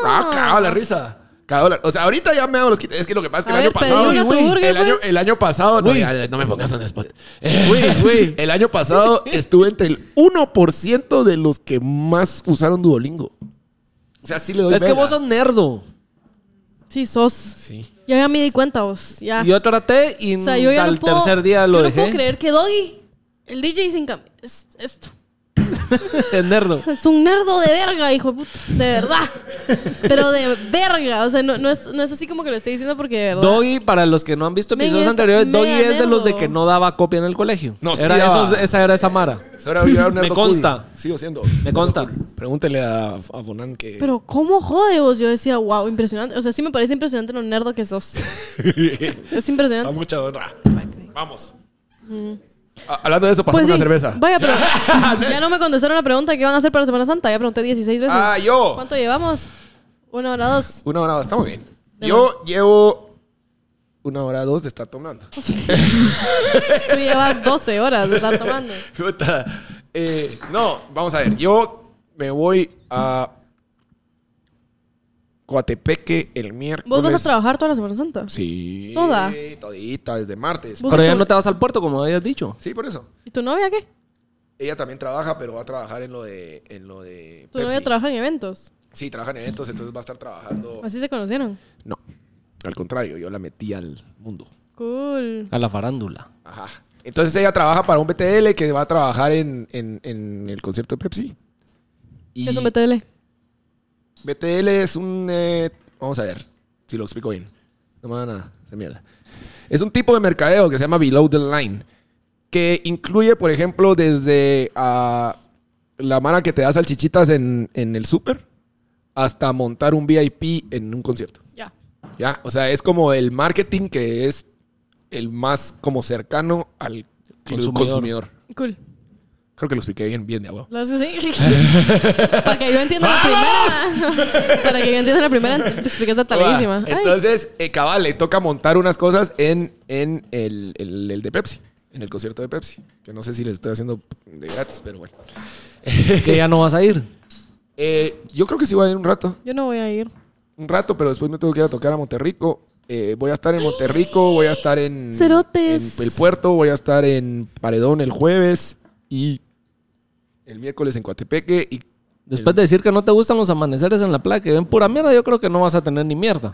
Ah, cagado la risa. Cagado la- O sea, ahorita ya me hago los quites. Es que lo que pasa es que
A
el
ver,
año pasado.
pedí una tu burger,
el, año,
pues.
el año pasado. No,
Uy.
ya, no me pongas en spot.
Uy, uy.
El año pasado estuve entre el 1% de los que más usaron Duolingo. O sea, sí le doy.
Es que
verga.
vos sos nerdo.
sí, sos.
Sí.
Ya, ya me di cuenta vos. Ya.
Yo traté y
Ah. o sea, yo ya
al
no puedo,
tercer día
yo
lo
no puedo
dejé.
creer que Doggy, el DJ sin cambio, es, esto.
Es nerdo.
Es un nerdo de verga, hijo de puta. De verdad. Pero de verga. O sea, no, no, es, no es así como que lo estoy diciendo porque de verdad.
Doggy, para los que no han visto
Men,
episodios
es
anteriores,
mega
Doggy es de los de
nerdo.
que no daba copia en el colegio.
No, sí ah.
Era
daba.
esos- esa era esa Mara.
Ahora yo era un
Me
nerdo
consta.
cool. Sigo siendo.
Me consta.
Pregúntele a, a Bonan que.
Pero cómo jode vos. Yo decía, wow, impresionante. O sea, sí me parece impresionante lo nerdo que sos. es
a
impresionante.
mucha honra. Vamos. Ah, Hablando de eso, pasamos una
Pues sí.
cerveza.
Vaya, pero ya no me contestaron la pregunta que van a hacer para Semana Santa. Ya pregunté 16 veces.
Ah, yo.
¿Cuánto llevamos? Una hora, dos.
Una hora, estamos bien. Yo llevo una hora dos de estar tomando.
Tú llevas 12 horas de estar tomando.
Puta. Eh, no, vamos a ver. Yo me voy a Coatepeque el miércoles.
¿Vos vas a trabajar toda la Semana Santa?
Sí.
Toda.
Todita, desde martes.
¿Vos
Pero
y
ya
tu-
no te vas al puerto, como habías dicho.
Sí, por eso.
¿Y tu novia qué?
Ella también trabaja, pero va a trabajar en lo de. En lo de
Tu
Pepsi.
novia trabaja en eventos.
Sí, trabaja en eventos, entonces va a estar trabajando.
Así se conocieron.
No. Al contrario, yo la metí al mundo.
Cool.
A la farándula.
Ajá. Entonces ella trabaja para un BTL que va a trabajar en, en- en el concierto de Pepsi. Y
Es un BTL.
BTL es un. eh, vamos a ver si lo explico bien. No me van a hacer mierda. Es un tipo de mercadeo que se llama Below the Line. Que incluye, por ejemplo, desde ah, la mara que te da salchichitas en, en el súper hasta montar un VIP en un concierto.
Ya.
¿Ya? O sea, es como el marketing que es el más como cercano al
Consumidor.
consumidor.
Cool.
Creo que lo expliqué bien, bien de a huevo.
Los que sí. Para que yo entienda la primera. Para que yo entienda la primera, te explicaste talísima.
Va. Entonces, eh, cabal, le toca montar unas cosas en, en el, el- el de Pepsi, en el concierto de Pepsi. Que no sé si les estoy haciendo de gratis, pero bueno.
Que ya no vas a ir.
Eh, yo creo que sí voy a ir un rato.
Yo no voy a ir.
Un rato, pero después me tengo que ir a tocar a Monterrico. Eh, voy a estar en Monterrico, voy a estar en,
Cerotes.
en el puerto, voy a estar en Paredón el jueves y el miércoles en Coatepeque y
Después de decir que no te gustan los amaneceres en la playa, que ven pura mierda, yo creo que no vas a tener ni mierda.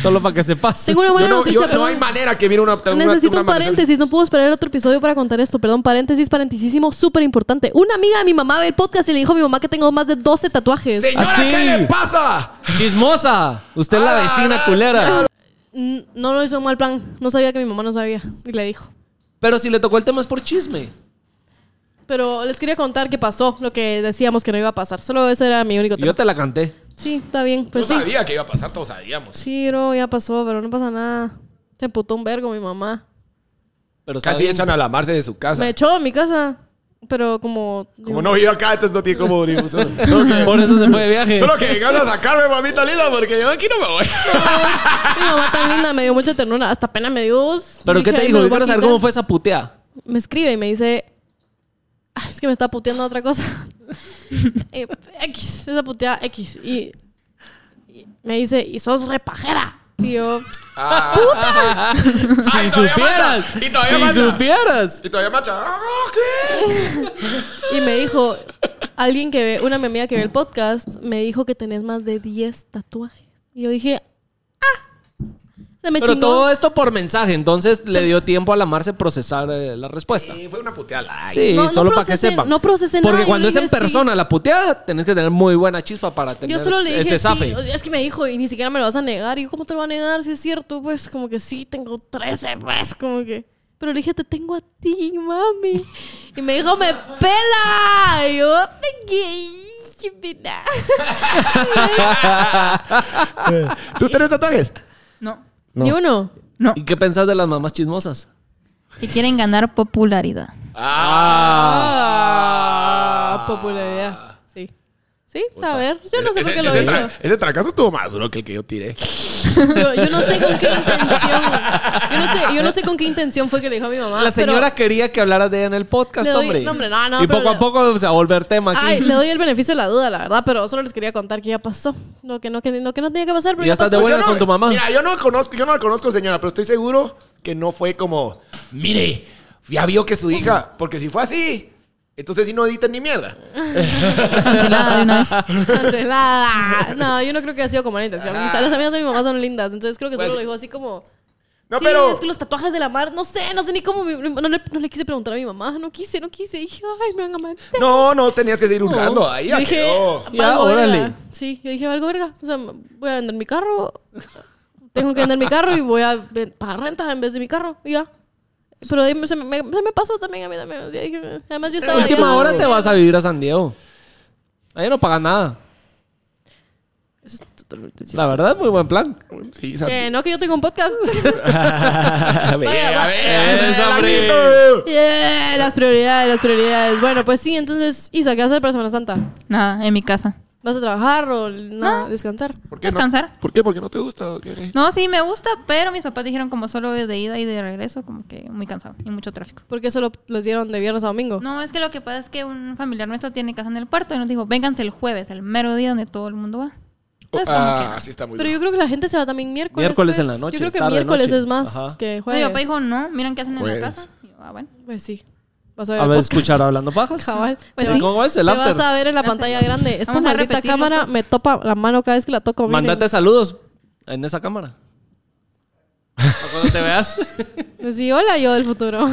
Solo para que se pase.
Tengo una buena
Yo no,
noticia,
yo- no
perdón.
hay manera que viene una... una-
Necesito
una
un
amanecer.
paréntesis, no puedo esperar otro episodio para contar esto. Perdón, paréntesis, parentisísimo, súper importante. Una amiga de mi mamá ve el podcast y le dijo a mi mamá que tengo más de 12 tatuajes.
¡Señora,
Así.
qué le pasa!
¡Chismosa! Usted es
Ah,
la vecina culera.
Mm, No lo hizo un mal plan. No sabía que mi mamá no sabía. Y le dijo.
Pero si le tocó el tema es por chisme.
Pero les quería contar qué pasó, lo que decíamos que no iba a pasar. Solo ese era mi único
Yo
tema.
te la canté.
Sí, está bien. Pues
Yo
sí.
sabía que iba a pasar, todos sabíamos.
Sí, no, ya pasó, pero no pasa nada. Se emputó un vergo mi mamá.
Pero está
Casi
bien.
echan a la Marce de su casa.
Me echó de mi casa, pero como...
Como no vivo acá, entonces no tiene cómo venir. Solo, solo
Por
que,
eso se fue de viaje.
solo que vengas a sacarme, mamita linda, porque yo aquí no me voy.
Mi mamá tan linda me dio mucha ternura, hasta pena me dio.
¿Pero qué
Dije,
te
"Ay,
dijo?
me lo voy
Yo
a
quiero saber
quitar".
cómo fue esa putea.
Me escribe y me dice... "Ah, Es que me está puteando otra cosa. Eh, X, esa puteada X. Y, y me dice, y sos repajera. Y yo,
Ah,
Si
Ay, todavía
supieras.
mancha. Y todavía
si
mancha.
supieras.
Y todavía macha. ¡Ah, qué!
y me dijo, alguien que ve, una mi amiga que ve el podcast, me dijo que tenés más de 10 tatuajes. Y yo dije, ah, se me
Pero
chingó.
todo esto por mensaje, entonces le dio tiempo a la Marce procesar eh, la respuesta.
Sí, fue una puteada.
Sí,
No, no
solo para que
procesé-
sepan.
no procesé nada,
Porque
yo
cuando
le
es en
dije sí.
persona la puteada, tenés que tener muy buena chispa para tener
Yo solo le dije,
ese
sí,
zafe.
o- es que me dijo, y ni siquiera me lo vas a negar. Y yo, ¿cómo te lo va a negar? Si es cierto, pues, como que sí, tengo 13, pues, como que... Pero le dije, te tengo a ti, mami. Y me dijo, me pela. Y yo, "Te gay, qué pena".
¿Tú tenés tatuajes?
No.
Ni uno.
No.
¿Y qué pensás de las mamás chismosas?
Que quieren ganar popularidad.
Ah, popularidad. Sí. Sí, a ver. Yo no sé por qué lo
ese,
hizo.
tra- ese trancazo estuvo más duro que el que yo tiré.
Yo, yo no sé con qué intención. Yo no sé, yo no sé con qué intención fue que le dijo a mi mamá.
la
Ah, pero-
señora quería que hablaras de ella en el podcast,
Le doy-
hombre.
no, hombre, no, no,
y
pero
poco
le-
a poco se va a volver tema aquí.
Ay, le doy el beneficio de la duda, la verdad, pero solo les quería contar que ya pasó. Lo que no, que, lo que no tenía que pasar, pero
Ya
ya,
estás de
pasó.
buena-
Pues Yo no-
con tu mamá.
Mira, yo no la conozco, yo no la conozco, señora, pero estoy seguro que no fue como, mire, ya vio que su hija, porque si fue así, entonces sí no editan ni mierda.
Cancelada de una vez.
Cancelada. No, yo no creo que haya sido con mala intención.
Ajá.
Mis- Las amigas de mi mamá son lindas, entonces creo que
Pues-
solo lo dijo así como...
No,
sí,
pero
es que los tatuajes de la mar, no sé, no sé ni cómo, mi- no, le- no le quise preguntar a mi mamá, no quise, no quise, dije, ay, me van a matar.
no, no tenías que seguir hurgando, ahí
Yo
ya
dije, "Ah,
quedó.
Ya,
"Valgo verga".
órale.
Sí, yo dije, algo verga. O sea, voy a vender mi carro. Tengo que vender mi carro y voy a ven- pagar renta en vez de mi carro. Y ya. Pero ahí me- se me, me- se me pasó también a mí también. Yo dije, Además, yo estaba.
Última
ya-
hora te vas a vivir a San Diego. Ahí no pagas nada.
Eso es totalmente cierto.
La verdad, muy buen plan.
Sí,
Que no, que yo tengo un podcast.
A ver,
Vaya,
a
va-
ver,
Eso,
el
hombre.
ángulo.
Yeah, las prioridades, las prioridades. Bueno, pues sí, entonces, Isa, ¿qué vas a hacer para Semana Santa?
Nada, en mi casa.
¿Vas a trabajar o no,
Ah.
No.
descansar?
¿Por qué no?
Descansar.
¿Por qué? Porque no te gusta. o qué?
No, sí, me gusta, pero mis papás dijeron como solo de ida y de regreso, como que muy cansado y mucho tráfico.
Porque eso lo, los dieron de viernes a domingo.
No, es que lo que pasa es que un familiar nuestro tiene casa en el puerto y nos dijo, vénganse el jueves, el mero día donde todo el mundo va. No es como
Ah,
que-
sí está muy
Pero
duro.
yo creo que la gente se va también miércoles.
Pues Miércoles en
pues.
la noche,
Yo creo que
tarde,
miércoles
noche.
es más
Ajá.
que
No, Mi
jueves.
papá dijo, no, miren qué hacen en
Jueves.
la casa. Y yo, ah, bueno.
Pues sí. Vas a ver.
A
el
ver,
podcast.
escuchar hablando pajas.
Cabal.
Pues
Te
sí.
va-
¿Cómo es el
te
after?
vas a ver en la pantalla grande. Esta
Vamos a
maldita
repetirlos
cámara
todos.
me topa la mano cada vez que la toco. miren.
Mandate saludos en esa cámara. Para cuando te veas.
Pues Sí, hola yo del futuro.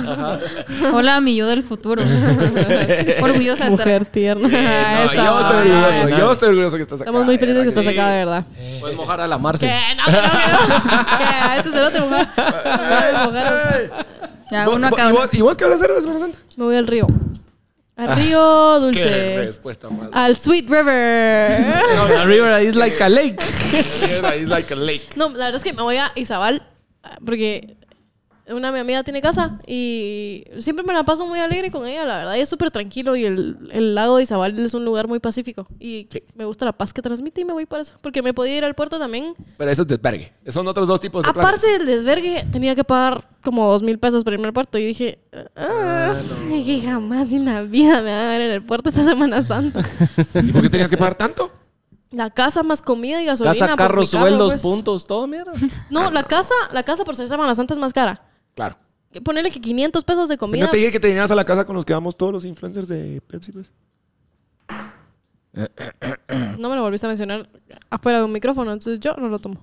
Hola, mi yo del futuro. Orgullosa de
Mujer
estar.
tierna.
Ah, No,
Eso.
yo estoy orgulloso, yo estoy orgulloso que estás acá.
Estamos muy felices que
¿verdad
estás
sí?
acá, de verdad.
Puedes mojar a la Marce.
Que no, que no, que no. Que este cerote mujer. Ya me mojaron.
Ya,
¿Vos-
uno
vos-
acá.
¿Y vos- y vos qué vas a hacer la Semana Santa?
Me voy al río. Al
Ah,
río
Qué
dulce.
respuesta más.
Al Sweet River.
La river is like a lake.
It's like a lake.
No, la verdad es que me voy a Izabal ah, porque una mi amiga tiene casa y siempre me la paso muy alegre con ella, la verdad. Ella es súper tranquilo y el, el lago de Izabal es un lugar muy pacífico. Y
Sí.
me gusta la paz que transmite y me voy para eso. Porque me podía ir al puerto también.
Pero eso es desvergue. Son otros dos tipos de
Aparte
planes.
del desvergue, tenía que pagar como dos mil pesos para irme al puerto. Y dije, ah, dije, jamás en la vida me van a ver en el puerto esta Semana Santa.
¿Y por qué tenías que pagar tanto?
la casa más comida y gasolina.
Casa,
por mi
carros,
carro,
sueldos,
pues.
puntos, todo mierda.
No, la casa, la casa por ser Semana Santa es más cara.
Claro.
Que Ponerle que 500 pesos de
Pero
comida.
no te dije que te vinieras a la casa con los que vamos todos los influencers de Pepsi, pues.
No me lo volviste a mencionar afuera de un micrófono, entonces yo no lo tomo.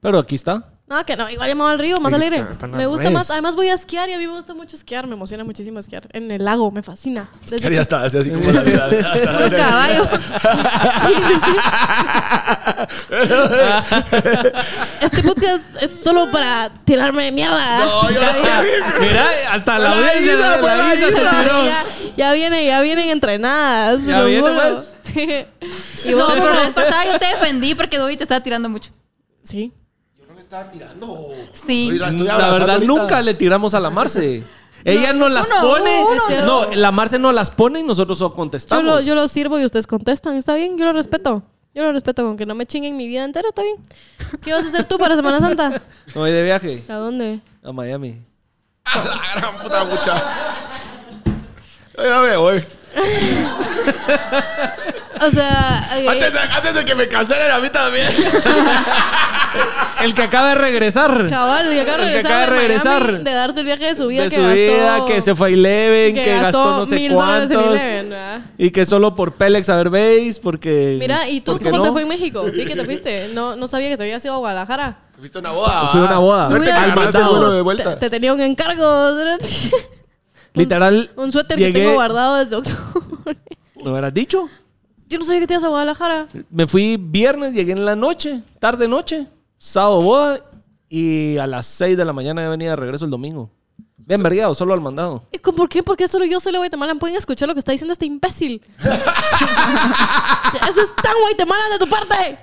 Pero aquí está.
No, que no, igual llamaba al río, más
Ahí
alegre.
está, están las
me gusta
redes.
más, además voy a esquiar y a mí me gusta mucho esquiar, me emociona muchísimo esquiar. En el lago, me fascina. Desde
Ya está, así, así como la vida.
Puro caballo.
eh,
chiquita. Este podcast es solo para tirarme de mierda. ya,
Mira, hasta Pues la audiencia,
Isa,
la
la
Isa se tiró.
ya, ya viene, ya vienen entrenadas.
Ya
lo
viene,
juro. y
No,
vos,
pero la vez pasada yo te defendí porque Dobby te estaba tirando mucho.
Sí.
Sí.
La verdad, nunca le tiramos a la Marce. Ella no, las
uno,
pone.
uno,
Es cierto.
no, la Marce no las pone y nosotros solo
Yo
contestamos.
lo, yo lo sirvo y ustedes contestan, está bien, yo lo respeto. Yo lo respeto, con que no me chinguen mi vida entera, está bien. ¿Qué vas a hacer tú para Semana Santa?
Me voy de viaje
¿A dónde?
a Miami.
La gran puta mucha. Ya me voy.
O sea, eh, ok.
Antes de, antes de que me cancelen a mí también.
El que acaba de regresar.
Cabal, y acaba de
El que
regresar,
acaba
de,
de
Miami,
regresar.
de darse el viaje de su vida
de
que
su
gastó.
vida, que se fue a Eleven, que, gastó, no sé
mil dólares en
cuántos.
Eleven, ¿verdad?
Y que solo por Pélex a ver veis, porque.
Mira, ¿y tú
porque
cómo te
no.
fue en México? Vi que te fuiste. No, no sabía que te habías ido a Guadalajara.
Fuiste a una boda.
Fui a una boda.
Suerte
Mira,
que
Al
ganaste el
mandado.
vuelo de
Te,
vuelta.
te tenía un encargo.
Literal.
Un suéter que
llegué-
tengo guardado desde octubre.
¿Me hubieras dicho?
Yo no sabía que te ibas a Guadalajara.
Me fui viernes, llegué en la noche, tarde noche, sábado boda y a las 6 de la mañana ya venía de regreso el domingo. Bien vergueado, solo al mandado.
¿Y con- ¿Por qué? Porque solo yo soy la Guatemala. Pueden escuchar lo que está diciendo este imbécil. Eso es tan Guatemala de tu parte.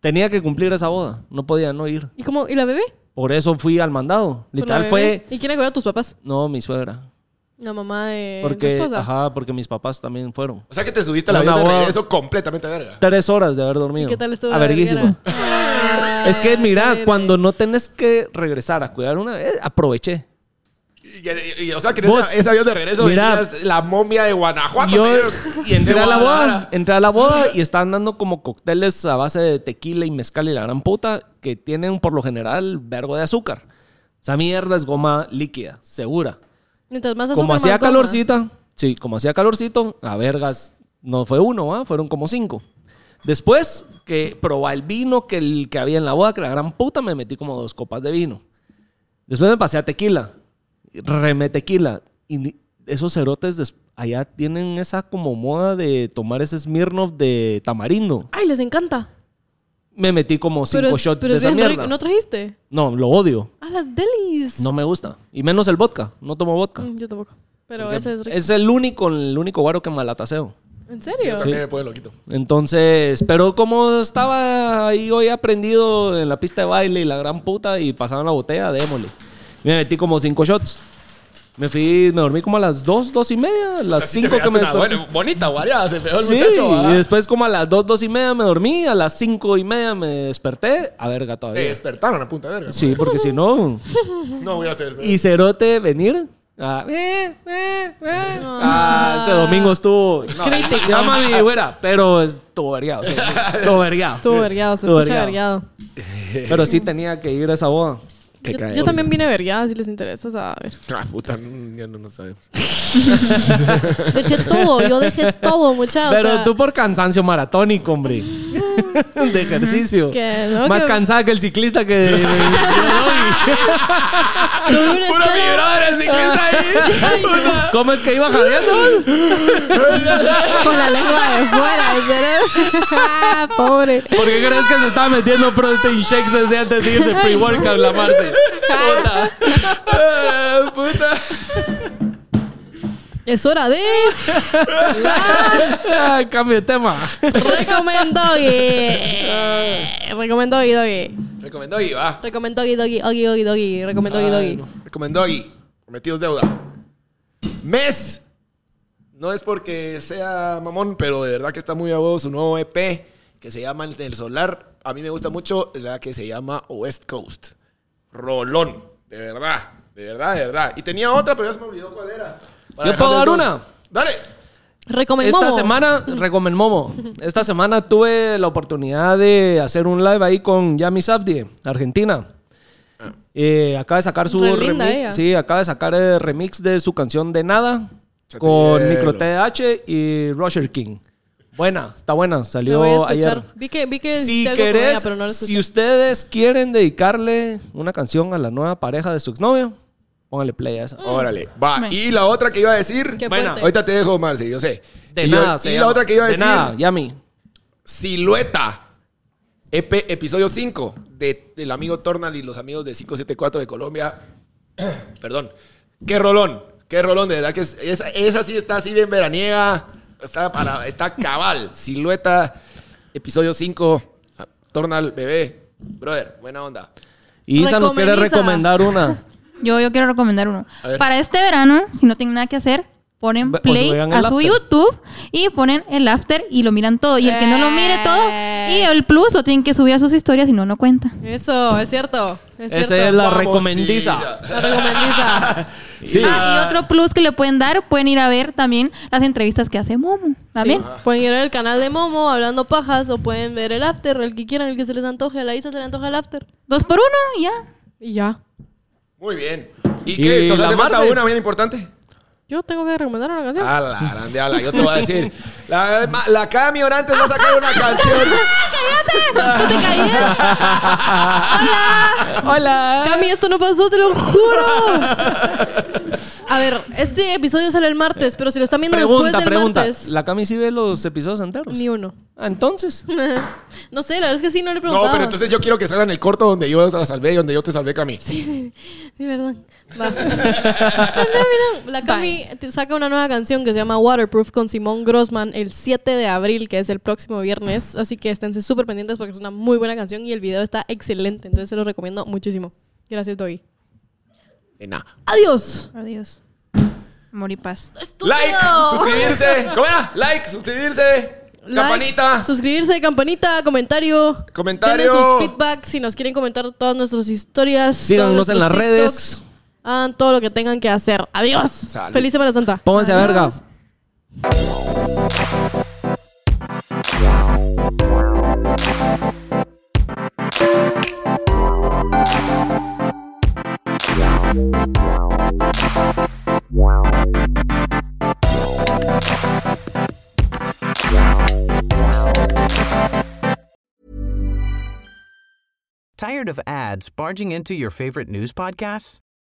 Tenía que cumplir esa boda, no podía no ir.
¿Y, cómo, ¿y la bebé?
Por eso fui al mandado.
¿Con la
Literal
bebé?
fue,
¿Y quién acogió a tus papás?
no, mi suegra.
La mamá de ¿Eh, tu
Porque,
esposa.
ajá, porque mis papás también fueron.
O sea que te subiste a la
Una
vida de
boda.
regreso completamente verga.
Tres horas de haber dormido.
¿Y qué tal estuvo?
A
la
verguísimo.
verguera? Ah, eh.
Es que mira,
qué
cuando no tenés que regresar a cuidar una vez, aproveché.
Y, y- y- o sea que en
Vos-
esa- ese avión de regreso
Mira.
venías la momia de Guanajuato.
Yo,
te digo.
y entré
De
a la boda,
Guadalajara.
entré a la boda y estaban dando como cócteles a base de tequila y mezcal y la gran puta que tienen por lo general vergo de azúcar. Esa mierda es goma líquida, segura.
Mientras más azúcar,
como
más
hacía
goma.
calorcita, sí, como hacía calorcito, a vergas, no fue uno, ¿ah? fueron como cinco. Después que probé el vino que, el, que había en la boda, que la gran puta, me metí como dos copas de vino. Después me pasé a tequila, remé tequila. Y ni- esos cerotes des- allá tienen esa como moda de tomar ese Smirnoff de tamarindo.
Ay, les encanta.
Me metí como cinco
Pero, es-
shots
pero
de
es
esa
bien
mierda.
rico. ¿No trajiste?
no, lo odio.
Ah, las delis.
No me gusta. Y menos el vodka. No tomo vodka.
Mm, Yo tampoco. Pero
Porque
ese es rico.
es el único, el único guaro que malataseo.
¿En serio?
También me pone loquito.
Entonces, pero como estaba ahí hoy aprendido en la pista de baile y la gran puta y pasaban la botella, démosle. Me metí como cinco shots. Me fui, me dormí como a las dos, dos y media, a las
Así te
cinco que me
pegaste una
desperté.
buena- bonita guareada, se pegó el
Sí,
muchacho. ¿verdad?
y después como a las dos, dos y media me dormí, a las cinco y media me desperté. A verga
Te
todavía.
despertaron a punta verga.
Sí, porque si no...
No voy a hacer.
Y Cerote venir... Ah, eh, eh, eh. Ah, ese domingo estuvo... No,
Crítico.
ya, mami, güera, pero estuvo vergueado. sí, Estuvo vergueado.
Estuvo vergueado, se
Estuvo
escucha
vergueado.
vergueado.
Pero sí tenía que ir a esa boda.
Que
Yo,
cae.
yo también vine vergueada, si les interesa saber.
Ah, puta, mm, ya no, no sabemos.
Dejé todo, yo dejé todo, muchachos.
Pero tú por cansancio maratónico, hombre. De ejercicio.
Que no,
Más
que-
cansada que el ciclista que... de-
Tuve una
¡Puro
escala-
vibrador el ciclista ahí! Puta.
¿Cómo es que iba jadeando?
con la lengua de fuera, el cerebro. Ah, Pobre.
¿Por qué crees que se estaba metiendo protein shakes desde antes de irse pre-workout la Marce? Puta.
Ah, puta.
Es hora de
Ah, Cambio de tema.
recomendó Recomendó Doggy.
Recomendó y va.
Recomendó Doggy, Doggy, Doggy, Doggy, Doggy. Recomendó Doggy.
Recomendó recomendó aquí, Prometidos Deuda. Mes. No es porque sea mamón, pero de verdad que está muy a huevo su nuevo EP que se llama El Solar. A mí me gusta mucho la que se llama West Coast. Rolón. De verdad. De verdad, de verdad. Y tenía otra, pero ya se me olvidó cuál era. Para
Yo puedo
dejarles
dar
dos.
una.
Dale.
Recomendó.
Esta semana, recomen Momo. Esta semana tuve la oportunidad de hacer un live ahí con Yami Safdie, Argentina. Eh, acaba de sacar su
Re linda
remix.
ella.
Sí, acaba de sacar el remix de su canción de nada
Chate
con
hielo.
Micro TH y Roger King. Buena, está buena,
Me voy
salió
a
ayer.
escuchar. Vi que, vi que
Si
hiciste algo con
querés,
ella, pero no lo escuché.
si ustedes quieren dedicarle una canción a la nueva pareja de su exnovio, póngale play a esa.
Órale. Va.
Me-
Y la otra que iba a decir.
Qué
Buena.
fuerte.
Ahorita te dejo, Marci, yo sé.
De
y yo-
nada, se
y la
llama.
otra que iba a
De
decir.
nada, Yami.
Silueta. EP, episodio 5 de, del amigo Tornal y los amigos de 574 de Colombia. Perdón. Qué rolón. Qué rolón. De verdad que es- esa, esa sí está así bien veraniega. Está, para, está cabal. Silueta. Episodio 5. Tornal, bebé. Brother, buena onda.
Y Isa nos quiere
Recomen, Isa.
recomendar una.
Yo, yo quiero recomendar uno.
A ver.
Para este verano, si no tienen nada que hacer, ponen
Ve- o
play
se vean el
a su
after.
YouTube y ponen el after y lo miran todo. Y el que no lo mire todo y el plus lo tienen que subir a sus historias, si no, no cuenta.
Eso, es cierto. Es cierto.
Esa es la
Vamos,
recomendiza.
sí.
La recomendiza.
Sí.
Ah, y otro plus que le pueden dar, pueden ir a ver también las entrevistas que hace Momo. ¿También?
Sí. Pueden ir al canal de Momo hablando pajas o pueden ver el after, el que quieran, el que se les antoje. A la Isa se le antoja el after.
Dos por uno y ya.
Y ya.
Muy bien. ¿Y,
Y
qué? ¿Nos
la
hace falta
Marce.
una bien importante?
Yo tengo que recomendar una canción.
A la grande, a la, yo te voy a decir. La, ma- la Cami Orantes va a sacar una canción.
Ah,
Hola.
Cami, esto no pasó, te lo juro. A ver, este episodio sale el martes, pero si lo están viendo
Pregunta,
después del
pregunta.
pues, martes,
¿La Cami sí ve los episodios enteros?
ni uno.
Ah, entonces.
No sé, la verdad es que sí, no le
No,
preguntaba.
pero entonces yo quiero que salgan el corto donde yo la salvé y donde yo te salvé, Cami.
Sí, verdad. Va. Mira, mira, la Cami te saca una nueva canción que se llama Waterproof con Simón Grossman el 7 de abril, que es el próximo viernes. Así que esténse súper pendientes porque es una muy buena canción y el video está excelente. Entonces se lo recomiendo muchísimo. Gracias, Doggy.
Eh, nah.
Adiós.
Adiós. Amor y paz.
Like, suscribirse. ¿Cómo era? Like, suscribirse. campanita.
Like, suscribirse, campanita, comentario.
Comentario.
Denle sus feedback si nos quieren comentar todas nuestras historias.
Síganos
todos
en las
nuestros
redes.
TikToks. Hagan todo lo que tengan que hacer. Adiós.
Salud.
Feliz Semana Santa.
Pónganse a verga.
Tired of ads barging into your favorite news podcasts?